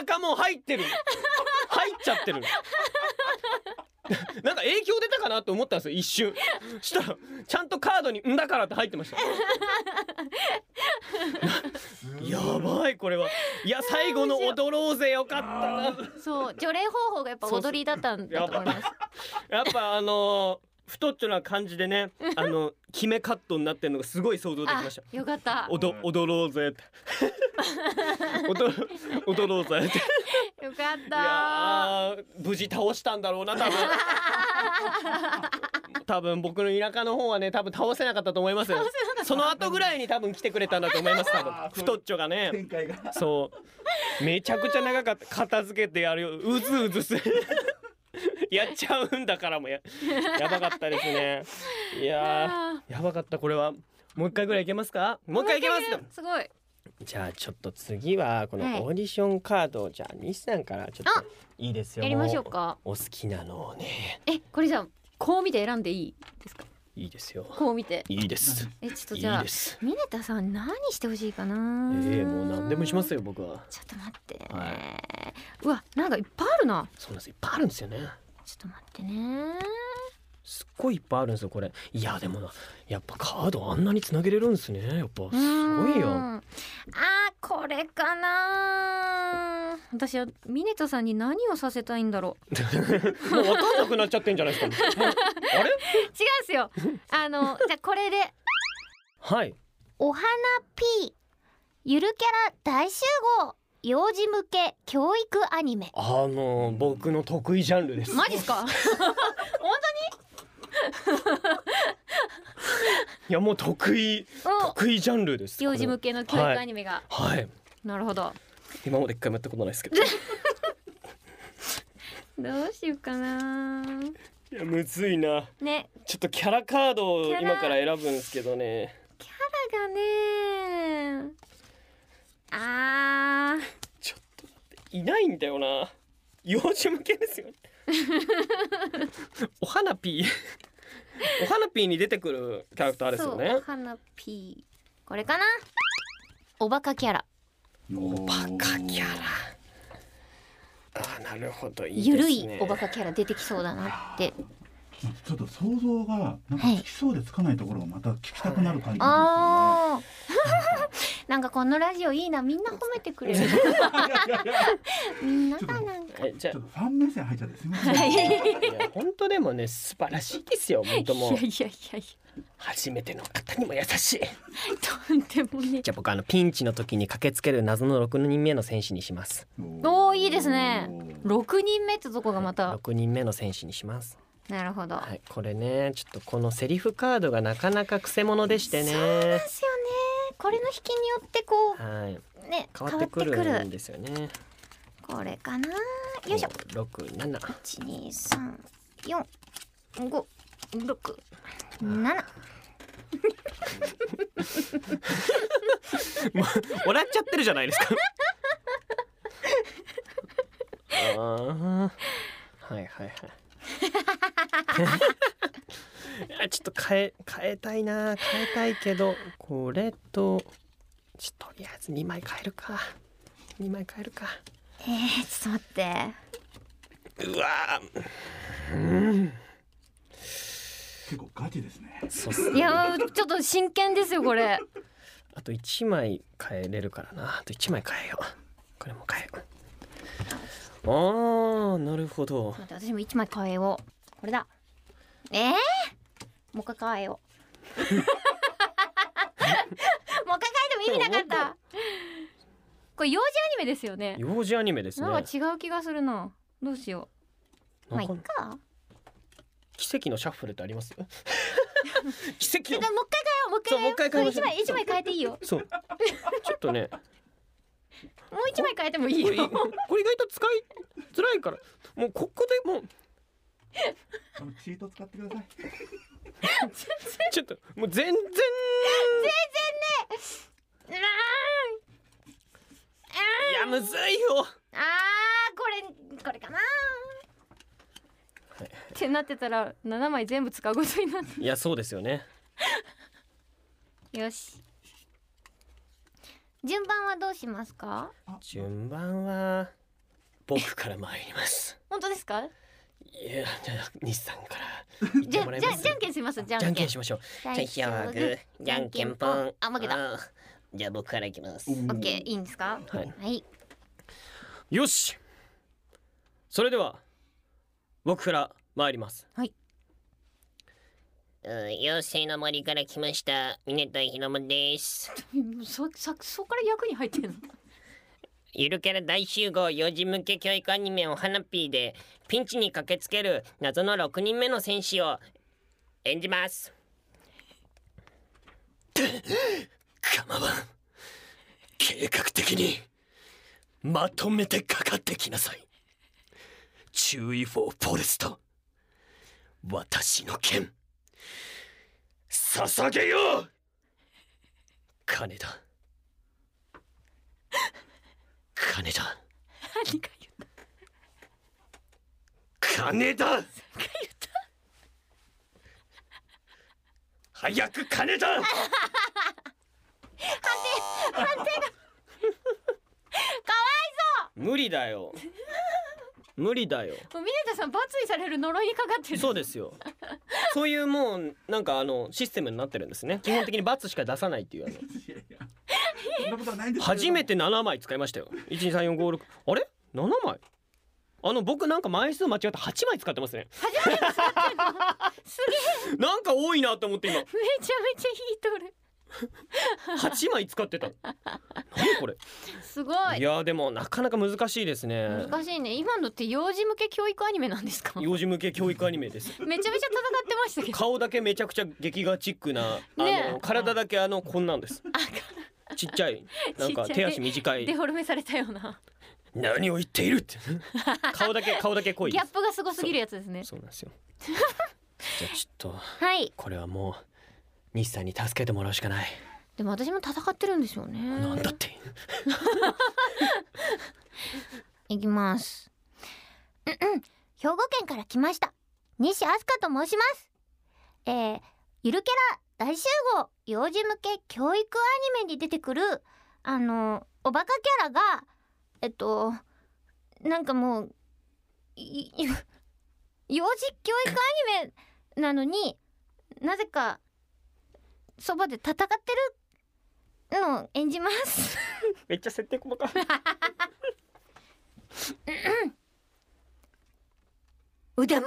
Speaker 1: 田舎も入ってる入っちゃってる なんか影響出たかなと思ったんですよ一瞬したらちゃんとカードに「んだから」って入ってました やばいこれはいや最後の「踊ろうぜ」よかったな
Speaker 5: そう除霊方法がやっぱ踊りだったんだと思います
Speaker 1: やっぱあのー、太っちょな感じでねあの決めカットになってるのがすごい想像でき
Speaker 5: あ
Speaker 1: ました
Speaker 5: よかった
Speaker 1: おど踊ろうぜって踊踊ろうぜって
Speaker 5: よかっ
Speaker 1: い
Speaker 5: た
Speaker 1: やー無事倒したんだろうな多分 多分僕の田舎の方はね多分倒せなかったと思いますよその後ぐらいに多分来てくれたんだと思います多分
Speaker 4: あーそういう
Speaker 1: 太っちょがね
Speaker 4: 展開が
Speaker 1: そうめちゃくちゃ長かった片付けてやるようずうずする やっちゃうんだからもややばかったですねいや
Speaker 5: あ
Speaker 1: ーやばかったこれはもう一回ぐらいいけますかもう
Speaker 5: ー
Speaker 1: 一回いけますか
Speaker 5: すごい
Speaker 1: じゃあちょっと次はこ
Speaker 5: はい
Speaker 1: のオーディションカードをじゃあ西さんからちょっ
Speaker 5: あ
Speaker 1: といいですよ
Speaker 5: やりましょうか
Speaker 1: お好きなのをね
Speaker 5: えこれじゃあこう見て選んでいいですか
Speaker 1: いいですよ
Speaker 5: こう見て
Speaker 1: いいです
Speaker 5: えちょっと
Speaker 1: いい
Speaker 5: じゃあ
Speaker 1: です
Speaker 5: ミネタさん何してほしいかな
Speaker 1: ええもう何でもしますよ僕は
Speaker 5: ちょっと待って、
Speaker 1: は
Speaker 5: うわなんかいっぱいあるな
Speaker 1: そうなんですいっぱいあるんですよね
Speaker 5: ちょっと待ってね
Speaker 1: すっごいいっぱいあるんですよこれいやでもなやっぱカードあんなに繋げれるんですねやっぱすごいう
Speaker 5: ー
Speaker 1: よ
Speaker 5: んあーこれかな私はミネタさんに何をさせたいんだろう
Speaker 1: もう分かんなくなっちゃってんじゃないです かもうあれ
Speaker 5: 違うん すよあのじゃあこれで
Speaker 1: はい
Speaker 3: お花 P ゆるキャラ大集合幼児向け教育アニメ
Speaker 1: あの僕の得意ジャンルです
Speaker 5: マジっすか
Speaker 1: いやもう得意
Speaker 5: お
Speaker 1: 得意ジャンルです
Speaker 5: 幼児向
Speaker 1: け
Speaker 5: けの教育アニメが、
Speaker 1: はい
Speaker 5: なるほど
Speaker 1: 今まで一回もやったことないですけど
Speaker 5: どうしようかない
Speaker 1: やむずいな
Speaker 5: ね
Speaker 1: ちょっとキャラカードを
Speaker 5: キャラ
Speaker 1: 今から選ぶんですけどね
Speaker 5: キャラがねあー
Speaker 1: ちょっと待っていないんだよな幼児向けですよね お花ピーお花ピーに出てくるキャラクターですよ
Speaker 5: そう
Speaker 1: ね
Speaker 5: 花ピーこれかなおバカキャラ
Speaker 4: お
Speaker 1: バカキャラあーなるほどいい
Speaker 5: ゆ
Speaker 1: で
Speaker 5: る
Speaker 1: す
Speaker 5: い
Speaker 1: ね
Speaker 5: おバカキャラ出てきそうだなって
Speaker 4: ちょっと想像がなんかつきそうでつかないところをまた聞きたくなる感じなん
Speaker 3: あー なんかこのラジオいいなみんな褒めてくれ る
Speaker 4: ですよねいやいやいや
Speaker 3: みんながなんか
Speaker 1: えじゃ
Speaker 4: ちょ
Speaker 1: あ
Speaker 4: っとファン目線入っちゃってすみません。
Speaker 1: いや本当でもね素晴らしいですよ本当もう
Speaker 5: いやいやい
Speaker 1: 初めての方にも優しい
Speaker 5: やとんでもね
Speaker 1: じゃあ僕あのピンチの時に駆けつける謎の6人目の戦士にします
Speaker 5: おーいいですね六人目ってとこがまた
Speaker 1: 6人目の戦士にします
Speaker 5: なるほど、
Speaker 1: はい、これねちょっとこのセリフカードがなかなかくせ者でしてね
Speaker 3: ですよねこれの引きによってこ
Speaker 1: はい、
Speaker 3: うね
Speaker 1: 変わってく
Speaker 3: 変わ
Speaker 1: るんですよね
Speaker 3: これかなよいしょ
Speaker 1: 六七
Speaker 3: 一二三四五六七
Speaker 1: 笑っちゃってるじゃないですかあーはいはいはい いやちょっと変え変えたいな変えたいけどこれとちょっととりあえず2枚変えるか2枚変えるか
Speaker 3: えー、ちょっと待って
Speaker 1: うわ
Speaker 4: 結構ガチですね。
Speaker 1: ーそうっすね
Speaker 5: いやーちょっと真剣ですよこれ
Speaker 1: あと1枚変えれるからなあと1枚変えようこれも変えようあーなるほど
Speaker 5: 待って私も一枚変えようこれだ
Speaker 3: えー、もう一回変えよ うもう一回変えても意味なかった
Speaker 5: これ幼児アニメですよね
Speaker 1: 幼児アニメですね
Speaker 5: なんか違う気がするなどうしよ
Speaker 3: まあ
Speaker 1: ないん
Speaker 3: っ
Speaker 1: か
Speaker 3: か
Speaker 1: 奇跡のシャッフルってあり ます奇跡
Speaker 3: て
Speaker 1: の
Speaker 3: かもう一
Speaker 1: そうもう一回
Speaker 3: 回変えよ
Speaker 1: 変えま
Speaker 3: う
Speaker 1: し
Speaker 3: 一
Speaker 1: ょう
Speaker 3: 枚一枚変えていいよ
Speaker 1: そうちょっとね
Speaker 5: うもう一枚変えてもいい
Speaker 1: これ
Speaker 5: よ
Speaker 1: これ意外と使いづらいからもうここでもう
Speaker 4: あのチート使ってください。
Speaker 1: ちょっともう全然
Speaker 3: うわー
Speaker 1: いやむずいよ
Speaker 3: あーこれこれかな
Speaker 5: ってなってたら7枚全部使うことになっ
Speaker 1: いやそうですよね
Speaker 5: てよし
Speaker 3: 順番はどうしますか
Speaker 1: 順番は僕から参ります
Speaker 5: 本当ですか
Speaker 1: いやじゃあ西さんから言っ
Speaker 5: じ
Speaker 1: て
Speaker 5: ゃ
Speaker 1: もらい
Speaker 5: じ
Speaker 1: ま
Speaker 5: ゃ
Speaker 1: す
Speaker 5: じゃんけんしますじゃん
Speaker 1: じ
Speaker 5: け
Speaker 1: ゃ
Speaker 5: ん
Speaker 1: んけんしましょう
Speaker 3: 最初はグーじゃんけんぽんあ負けた
Speaker 1: あーじゃあ僕からいきます
Speaker 4: おー
Speaker 5: オッケーいいんですか
Speaker 1: はい
Speaker 3: はい
Speaker 1: よしそれでは僕から参ります
Speaker 7: うん妖精の森から来ました峰田ひろむです
Speaker 5: そさそこから役に入ってん の
Speaker 7: ゆるキャラ大集合幼児向け教育アニメおはなぴーでピンチに駆けつける謎の6人目の戦士を演じます
Speaker 1: かまわん計画的にまとめてかかってきなさい注意フォーフォレスト私の剣捧げよう金だ金だ
Speaker 5: 何か言っ
Speaker 1: 金だ早く金だ
Speaker 5: かわ
Speaker 1: 無理だよ無理だよ
Speaker 5: いそうミネタさん罰にされる呪いにかかってる
Speaker 1: そうですよそういうもうなんかあのシステムになってるんですね基本的に罰しか出さないっていうあの
Speaker 4: いやいやそんなことはないんですけど
Speaker 1: 初めて7枚使いましたよ12345あれ7枚あの僕なんか枚数間違って8枚使ってますね8枚使ってるなんか多いなと思って今
Speaker 5: めちゃめちゃ引いとる
Speaker 1: 8枚使ってた何これ
Speaker 5: すご
Speaker 1: い
Speaker 5: い
Speaker 1: やでもなかなか難しいですね
Speaker 5: 難しいね今のって幼児向け教育アニメなんですかめち
Speaker 1: 幼児向け教育アニメ です
Speaker 5: ゃめちゃ戦ってましたけど
Speaker 1: 顔だけめちゃくちゃ劇画チックな、あ
Speaker 5: ね
Speaker 1: の体だけあのこんなんですちっちゃいなんか
Speaker 5: ちっちゃい
Speaker 1: 手足短い
Speaker 5: デフォルメされたような
Speaker 1: 何を言っているっ て顔だけ顔だけ濃い
Speaker 5: ギ
Speaker 1: で
Speaker 5: ャッ
Speaker 1: す
Speaker 5: プがすごすぎるやつですね
Speaker 1: そうなんですよ じゃあちょっと
Speaker 3: はい
Speaker 1: これはもう西さんに助けてもらうしかない
Speaker 5: でも私も戦ってるんですよね
Speaker 1: なんだって
Speaker 3: いきますうんうん兵庫県から来ました西飛鳥と申しますえー、ゆるキャラ大集合幼児向け教育アニメに出てくるあのおバカキャラがえっとなんかもうい幼児教育アニメなのになぜかそばで戦ってるのを演じます
Speaker 1: めっちゃ設定細かい
Speaker 3: おだまり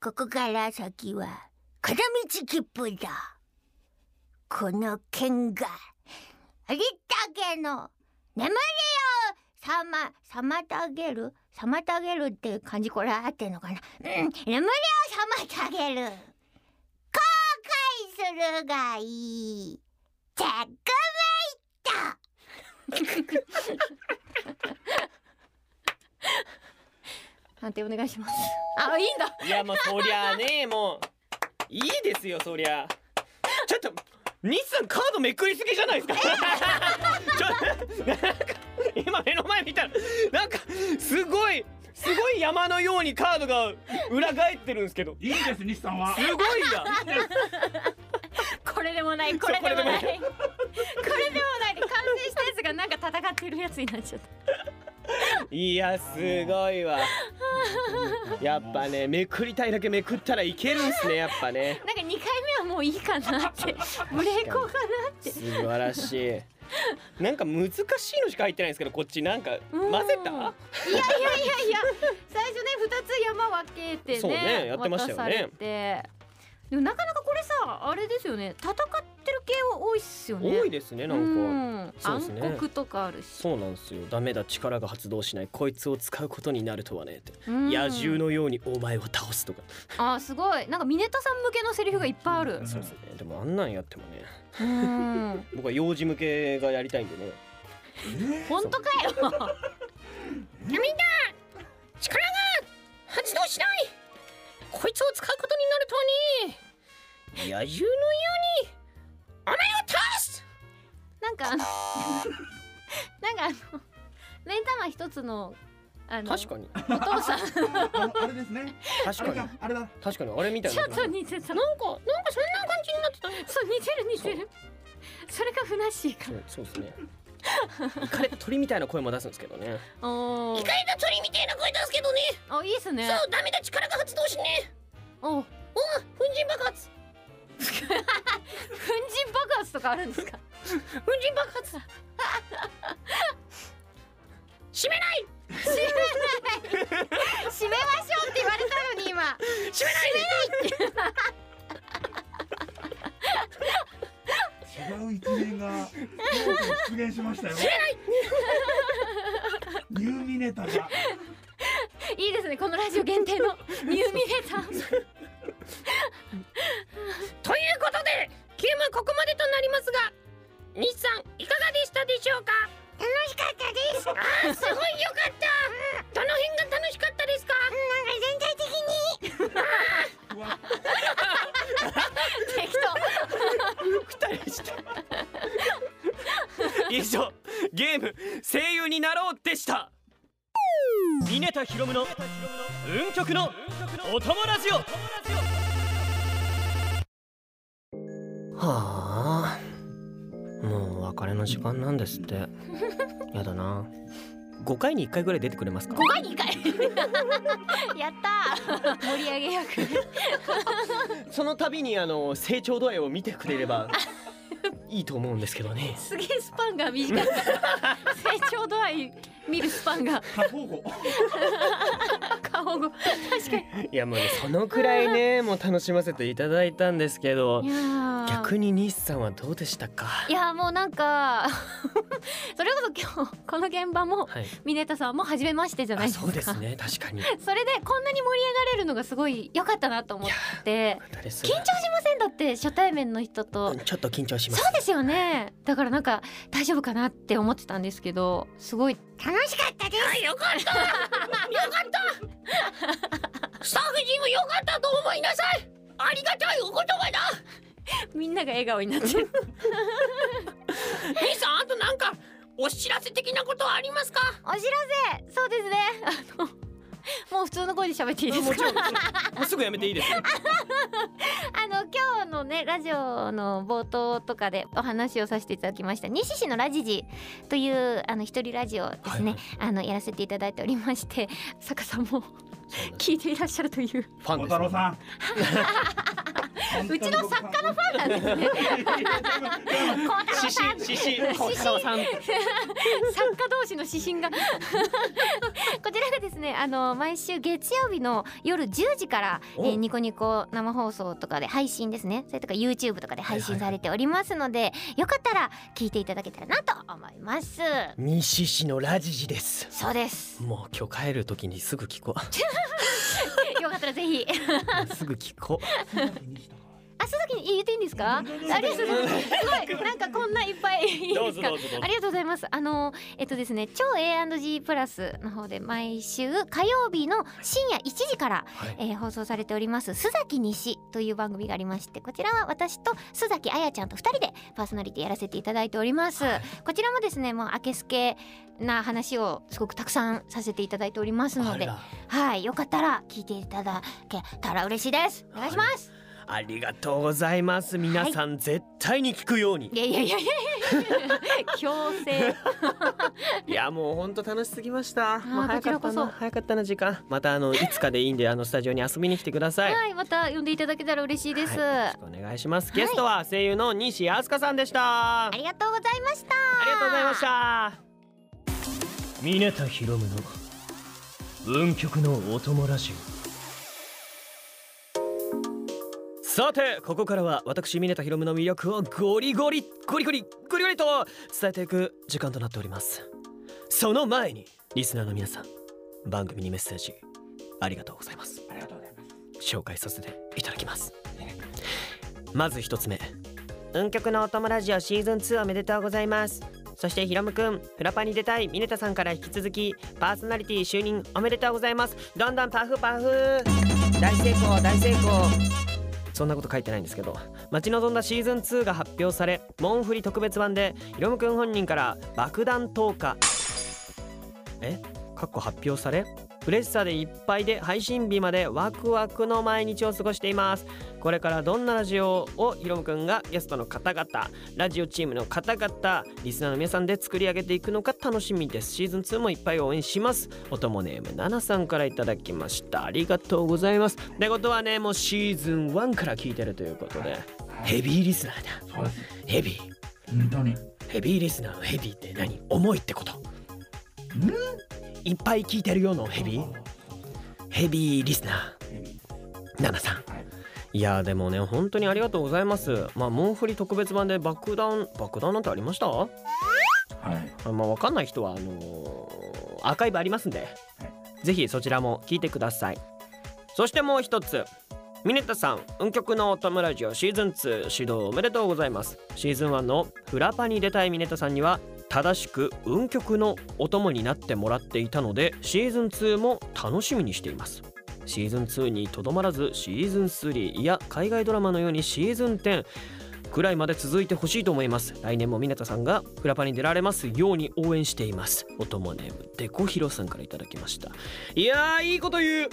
Speaker 3: ここから先は片道切符だこの剣がありったけの眠りをさま妨げる妨げるっていう漢字これ合ってんのかなうん眠りを妨げる後悔するがいいチェックメイト
Speaker 5: 判定お願いしますあいいんだ
Speaker 1: いやまあそりゃあねもういいですよそりゃちょっと西さんカードめくりすぎじゃない ですかちょなんか今目の前見たらなんかすごいすごい山のようにカードが裏返ってるんですけど
Speaker 4: いいです西さんは
Speaker 1: すごいや
Speaker 5: これでもないこれでもないこれでもないで完成したやつがなんか戦ってるやつになっちゃった
Speaker 1: いやすごいわ やっぱねめくりたいだけめくったらいけるんすねやっぱね
Speaker 5: なんか2回目はもういいかなってブレーコーかなって
Speaker 1: 素晴らしいなんか難しいのしか入ってないんですけどこっちなんか
Speaker 5: うん
Speaker 1: 混ぜた
Speaker 5: いやいやいやいや最初ね2つ山分けてね
Speaker 1: そうねやってましたよね
Speaker 5: 渡されてでもなかなかこれさあれですよね戦ってる系は多いっすよね
Speaker 1: 多い
Speaker 5: で
Speaker 1: ですねなんかそうですね
Speaker 5: 暗黒とかあるし
Speaker 1: そうなんですよダメだ力が発動しないこいつを使うことになるとはねって
Speaker 5: うん
Speaker 1: 野獣のようにお前を倒すとか
Speaker 5: あすごいなんかミネタさん向けのセリフがいっぱいある
Speaker 1: そうですねでもあんなんやってもね
Speaker 5: うん
Speaker 1: 僕は幼児向けがやりたいんでね
Speaker 5: 本当かよ
Speaker 7: 力が発動しないこいつを使うことになるとはね野獣のように雨を倒す
Speaker 5: なんかあのなんかあの目ん玉一つのあの
Speaker 7: 確かに
Speaker 5: お父さん
Speaker 4: あのあれですね。あ
Speaker 7: 確
Speaker 4: れ
Speaker 7: かに
Speaker 4: か、あれだ。
Speaker 7: 確かにあれみたい
Speaker 5: ちょ
Speaker 7: な
Speaker 5: っと似てたなんかなんかそんな感じになってたそう似てる似てるそれがふなっしーか
Speaker 7: そうそうですねイカれた鳥みたいな声も出すんですけどね
Speaker 5: おー
Speaker 7: れた鳥みたいな声出すけどね
Speaker 5: あいいっすね
Speaker 7: うダメだ力が発動しね
Speaker 5: お粉
Speaker 7: 粉塵爆発
Speaker 5: 塵爆発とかあるんですか
Speaker 7: 粉塵爆発閉め ない
Speaker 3: 閉めましょうって言われたのに今
Speaker 7: 閉めない
Speaker 4: 違う一面が出現しましたよ。ニューミネタが
Speaker 5: いいですねこのラジオ限定の ニューミネタ
Speaker 7: ということでキュームここまでとなりますが日さんいかがでしたでしょうか
Speaker 3: 楽しかったですなんか
Speaker 7: あーすごいよかったどの辺が楽しかったですか
Speaker 3: 全体的に
Speaker 4: ふわ
Speaker 5: 適当
Speaker 1: 以上ゲーム声優になろうでしたミネタヒロムの運極のお供ラジオ
Speaker 7: はあもうお別れの時間なんですってやだな5回に1回ぐらい出てくれますか
Speaker 5: 5回に1回やったー盛り上げ役
Speaker 1: その度にあの成長度合いを見てくれればいいと思うんですけどね
Speaker 5: すげえスパンが短かった成長度合い見るスパンが
Speaker 4: 過保護。
Speaker 5: 顔が確かに
Speaker 1: いやもうねそのくらいねもう楽しませていただいたんですけど
Speaker 5: いやー
Speaker 1: 逆に西さんはどうでしたか
Speaker 5: いやーもうなんか それこそ今日この現場も
Speaker 1: はい
Speaker 5: ミネタさんも初めましてじゃな
Speaker 1: あ
Speaker 5: いですか
Speaker 1: そうですね確かに
Speaker 5: それでこんなに盛り上がれるのがすごい良かったなと思って
Speaker 1: 緊張
Speaker 5: 緊張しませんだって初対面の人と
Speaker 1: ちょっと緊張しま
Speaker 5: そ
Speaker 1: す
Speaker 5: うですよねだからなんか大丈夫かなって思ってたんですけどすごい
Speaker 3: 楽しかったです
Speaker 7: よかったよ かったスタッフ陣もよかったと思いなさいありがたいお言葉だ
Speaker 5: みんなが笑顔になってる
Speaker 7: 兄さんあとなんかお知らせ的なことはありますか
Speaker 3: お知ら
Speaker 5: でそうですねあのもう普通の声で喋っていいですか
Speaker 1: もうすぐやめていいですよ
Speaker 5: あの今日のねラジオの冒頭とかでお話をさせていただきました西市のラジジというあの一人ラジオですね、あのやらせていただいておりま して坂さんも聞いていらっしゃるという
Speaker 1: ファンで
Speaker 4: 小太郎
Speaker 1: すね
Speaker 4: さん。
Speaker 5: うちの作家のファンなんですね
Speaker 1: 獅子獅子小太郎さん
Speaker 5: 作家同士の指針が こちらがですねあの毎週月曜日の夜10時から、えー
Speaker 1: お
Speaker 5: ニコニコ生放送とかで配信ですねそれとか YouTube とかで配信されておりますので、よかったら聞いていただけたらなと思います
Speaker 1: 西市のラジジです
Speaker 5: そう です
Speaker 1: もう今日帰る時にすぐ聞こ
Speaker 5: よかったらぜひ
Speaker 1: う すぐ聞こう
Speaker 5: あ鈴木に言っていいんですかありがとうございますすごいなんかこんないっぱいいい
Speaker 1: ど
Speaker 5: で
Speaker 1: う
Speaker 5: す
Speaker 1: ぞ
Speaker 5: か
Speaker 1: どうぞどうぞ
Speaker 5: ありがとうございます。あのえっとですね、超 A&G プラスの方で毎週火曜日の深夜1時から、
Speaker 1: はい
Speaker 5: えー放送されております須崎西という番組がありまして、こちらは私と須崎あやちゃんと2人でパーソナリティやらせていただいております。こちらもですね、もう明けすけな話をすごくたくさんさせていただいておりますの
Speaker 1: あ
Speaker 5: で、
Speaker 1: ら
Speaker 5: はい、よかったら聞いていただけたら嬉しいです。お願いします。
Speaker 1: ありがとうございます皆さん絶対に聞くように
Speaker 5: いやいやいやいやいやいや、強制。
Speaker 1: いやもうほんと楽しすぎましたもう
Speaker 5: こ
Speaker 1: 早
Speaker 5: ち
Speaker 1: からっ
Speaker 5: こ
Speaker 1: た
Speaker 5: そ
Speaker 1: な早かったな時間またあのいつかでいいんであのスタジオに遊びに来てください
Speaker 5: はい、また呼んでいただけたら嬉しいです。
Speaker 1: はいよろしくお願いしますゲストは声優の西飛鳥さんでした
Speaker 3: あ
Speaker 1: あ
Speaker 3: りがとうございました
Speaker 1: りがとうございました峰田ひろむの運極のお供ラジオさてここからは私峰田ひろむの魅力をゴリゴリゴリゴリゴリゴリと伝えていく時間となっておりますその前にリスナーの皆さん番組にメッセージありがとうございます
Speaker 2: ありがとうございます。
Speaker 1: 紹介させていただきます まず一つ目運極のお友ラジオシーズン2おめでとうございますそしてひろむくんフラパに出たいミネタさんから引き続きパーソナリティ就任おめでとうございますどんどんパフパフ大成功大成功そんなこと書いてないんですけど待ち望んだシーズン2が発表されモンフリ特別版でひろむくん本人から爆弾投下えかっこ発表され嬉しさでいっぱいで配信日までワクワクの毎日を過ごしていますこれからどんなラジオをひろむくんがゲストの方々ラジオチームの方々リスナーの皆さんで作り上げていくのか楽しみですシーズン2もいっぱい応援しますおともネームナナさんからいただきましたありがとうございますってことはねもうシーズン1から聞いてるということでヘビーリスナーだ
Speaker 4: そうです
Speaker 1: ヘビー
Speaker 4: 本当に
Speaker 1: ヘビーリスナーのヘビーって何重いってこといっぱい聞いてるようなヘビーヘビーリスナ
Speaker 4: ヘビ
Speaker 1: ーナナさん
Speaker 4: はい
Speaker 1: いやーでもね本当にありがとうございますまあモンフリ特別版で爆弾爆弾なんてありましたあ
Speaker 4: はい
Speaker 1: まあわかんない人はあのーアーカイブありますんでぜひそちらも聞いてくださいそしてもう一つミネタさん「運極のおとラジオシーズン2」始動おめでとうございますシーズン1のフラパに出たいミネタさんには正しく運極のお供になってもらっていたのでシーズン2も楽しみにしていますシーズン2にとどまらずシーズン3いや海外ドラマのようにシーズン10くらいまで続いてほしいと思います来年もミネタさんがフラパに出られますように応援していますおともネームデコヒロさんからいただきましたいやーいいこと言う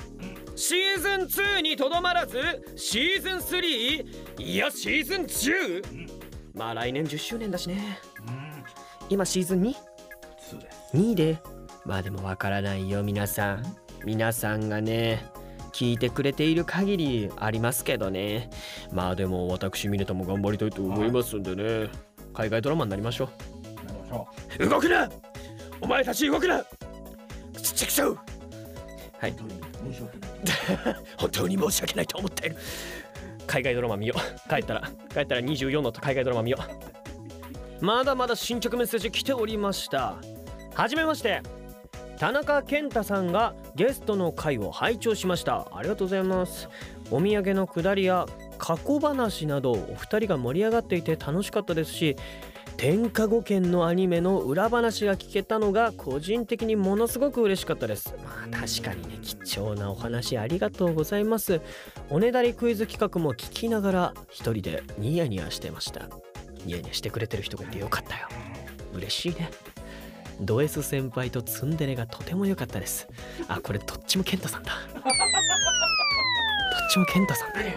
Speaker 1: シーズン2にとどまらずシーズン 3? いやシーズン 10? まあ来年10周年だしね今シーズン 2?
Speaker 4: そうです
Speaker 1: 2でまあでもわからないよ皆さん皆さんがね聞いてくれている限りありますけどねまあでも私ミネタも頑張りたいと思いますんでね海外ドラマになりましょ
Speaker 4: なりましょ
Speaker 1: う動くなお前たち動くなちちくしょうはいう
Speaker 4: 本当に申し訳ない
Speaker 1: 本当に申し訳ないと思っている海外ドラマ見よう帰ったら帰ったら24の海外ドラマ見ようまだまだ新着メッセージ来ておりましたはじめまして田中健太さんがゲストの回を拝聴しましたありがとうございますお土産のくだりや過去話などお二人が盛り上がっていて楽しかったですし天下五剣のアニメの裏話が聞けたのが個人的にものすごく嬉しかったですまあ確かにね貴重なお話ありがとうございますおねだりクイズ企画も聞きながら一人でニヤニヤしてましたニヤニヤしてくれてる人がいてよかったよ嬉しいねド S 先輩とツンデレがとても良かったですあこれどっちも健太さんだどっちも健太さんだね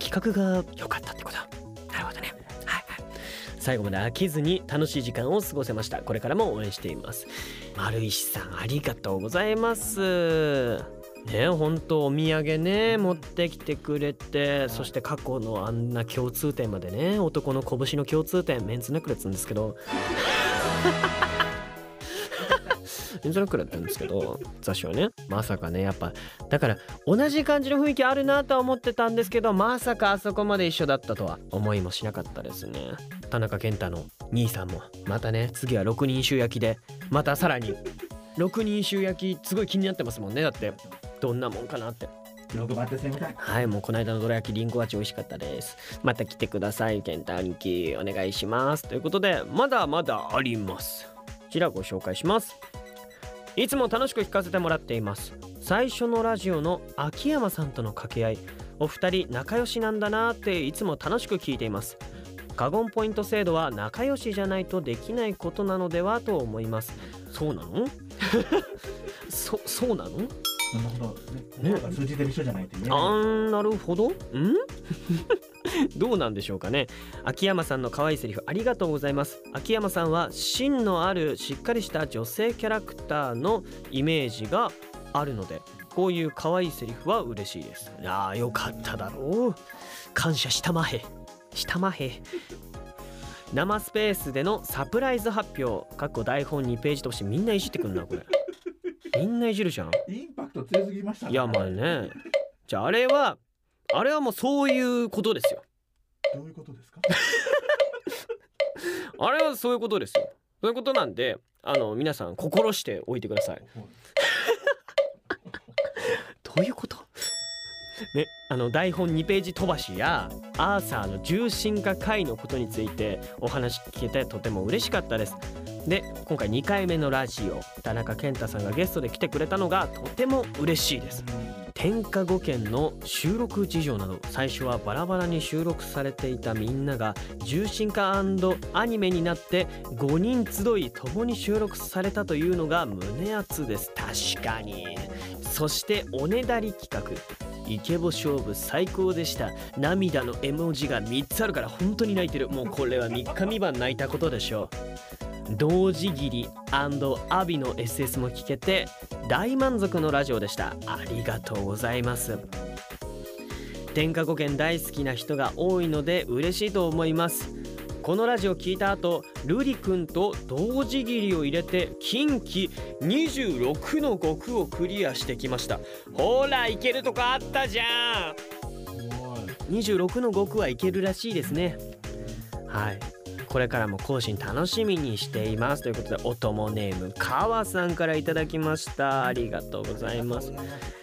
Speaker 1: 企画が良かったってことだなるほどねはいはい最後まで飽きずに楽しい時間を過ごせましたこれからも応援しています丸石さんありがとうございますね本当お土産ね持ってきてくれてそして過去のあんな共通点までね男の拳の共通点メンズネックレスんですけどメンズネックレスなんですけど雑誌はねまさかねやっぱだから同じ感じの雰囲気あるなとは思ってたんですけどまさかあそこまで一緒だったとは思いもしなかったですね田中健太の兄さんもまたね次は6人衆焼きでまたさらに6人衆焼きすごい気になってますもんねだってどんなもんかなって
Speaker 4: 六番手先輩
Speaker 1: はいもうこの間のどら焼きりんご味美味しかったですまた来てください健太兄貴お願いしますということでまだまだありますこちらご紹介しますいつも楽しく聞かせてもらっています最初のラジオの秋山さんとの掛け合いお二人仲良しなんだなーっていつも楽しく聞いていますカゴンポイント制度は仲良しじゃないとできないことなのではと思いますそうなの そそうなの
Speaker 4: そんなことね脳が通じてる人じゃないと言え
Speaker 1: あ
Speaker 4: ない
Speaker 1: ーなるほどん どうなんでしょうかね秋山さんの可愛いセリフありがとうございます秋山さんは芯のあるしっかりした女性キャラクターのイメージがあるのでこういう可愛いセリフは嬉しいですああよかっただろう感謝したまへしたまへ生スペースでのサプライズ発表かっこ台本2ページとしてみんないじってくんなこれみんないじるじゃん
Speaker 4: インパクト強すぎましたね
Speaker 1: いやまあねじゃああれはあれはもうそういうことですよ
Speaker 4: どういうことですか
Speaker 1: あれはそういうことですよそういうことなんであの皆さん心しておいてくださいどういうことね、あの台本2ページ飛ばしやアーサーの重心化回のことについてお話聞けてとても嬉しかったですで今回2回目のラジオ田中健太さんがゲストで来てくれたのがとても嬉しいです
Speaker 4: うん
Speaker 1: テ変化5件の収録事情など最初はバラバラに収録されていたみんなが重心化アニメになって5人集い共に収録されたというのが胸熱です確かにそしておねだり企画イケボ勝負最高でした涙の絵文字が3つあるから本当に泣いてるもうこれは3日3晩泣いたことでしょう同時切りアビの SS も聞けて大満足のラジオでしたありがとうございます天下五軒大好きな人が多いので嬉しいと思いますこのラジオ聞いた後ルリ君と同時切りを入れて近畿26の5区をクリアしてきましたほらいけるとこあったじゃん26の5区はいけるらしいですねはいこれからも更新楽しみにしていますということでおともネームかわさんからいただきましたありがとうございます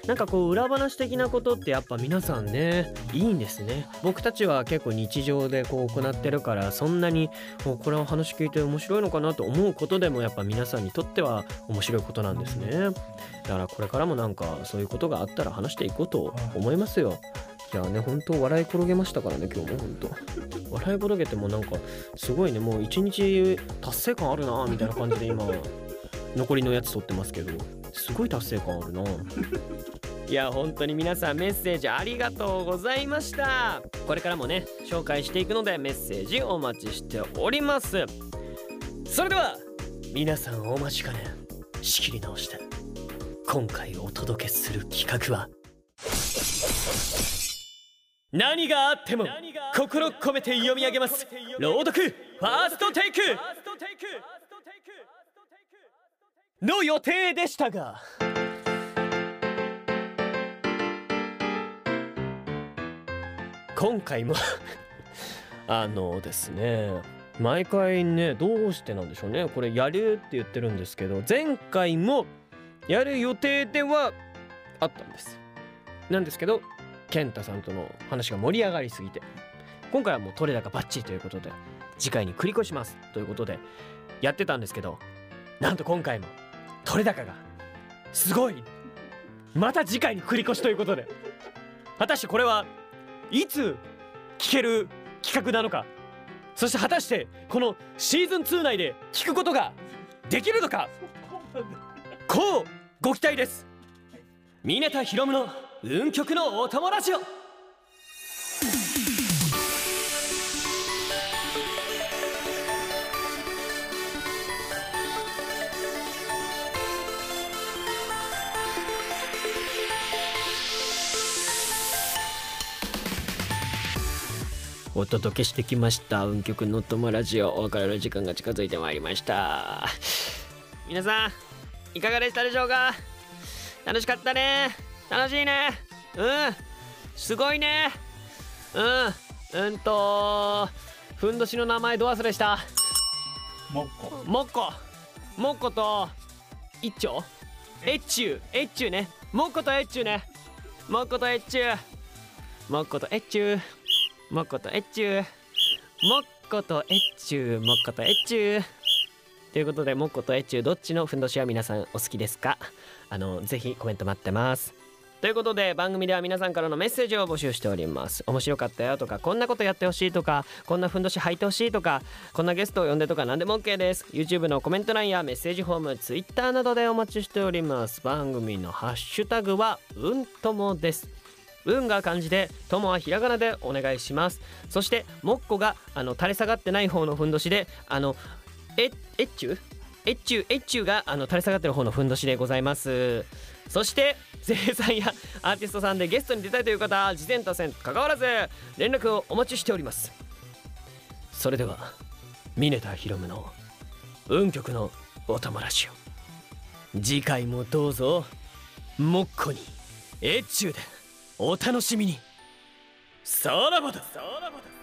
Speaker 1: なんかこう裏話的なことってやっぱ皆さんねいいんですね僕たちは結構日常でこう行ってるからそんなにもうこれを話聞いて面白いのかなと思うことでもやっぱ皆さんにとっては面白いことなんですねだからこれからもなんかそういうことがあったら話していこうと思いますよいやね本当笑い転げましたからね今日も本当笑い転げてもなんかすごいねもう一日達成感あるなみたいな感じで 今残りのやつ撮ってますけどすごい達成感あるないや本当に皆さんメッセージありがとうございましたこれからもね紹介していくのでメッセージお待ちしておりますそれでは皆さんお待ちかね仕切り直して今回お届けする企画は何があっても心込めて読み上げます朗読ファーストテイクの予定でしたが今回も あのですね毎回ねどうしてなんでしょうねこれやるって言ってるんですけど前回もやる予定ではあったんですなんですけど健太さんとの話が盛り上がりすぎて今回はもう取れ高バッチリということで次回に繰り越しますということでやってたんですけどなんと今回も取れ高がすごいまた次回に繰り越しということで果たしてこれはいつ聞ける企画なのかそして果たしてこのシーズン2内で聞くことができるのかこうご期待です峰田博夢の運極のお友達をお届けしてきました運極の友ラジオお別れの時間が近づいてまいりました皆さんいかがでしたでしょうか楽しかったね楽しいねうんすごいねうんうんとふんどしの名前ど忘れした
Speaker 4: もっこ
Speaker 1: もっこもっこと一丁えっちゅうえっちゅうねもっことえっちゅうねもっことえっちゅうもっことえっちゅうもっことえっちゅうもっことえっちゅうもっことえっちゅうということでもっことえっちゅうどっちのふんどしは皆さんお好きですかあのぜひコメント待ってますということで番組では皆さんからのメッセージを募集しております面白かったよとかこんなことやってほしいとかこんなふんどし履いてほしいとかこんなゲストを呼んでとか何でも OK です YouTube のコメント欄やメッセージフォーム Twitter などでお待ちしております番組のハッシュタグはうんともです運が漢字でともはひらがなでお願いしますそしてもっこがあの垂れ下がってない方のふんどしであのええっちゅうエッチュエッチュがあの垂れ下がってる方のふんどしでございますそして声優さんやアーティストさんでゲストに出たいという方事前多戦関わらず連絡をお待ちしておりますそれでは峰田博夢の運極のお友達を次回もどうぞもっこにエッチュでお楽しみにさらばださらばだ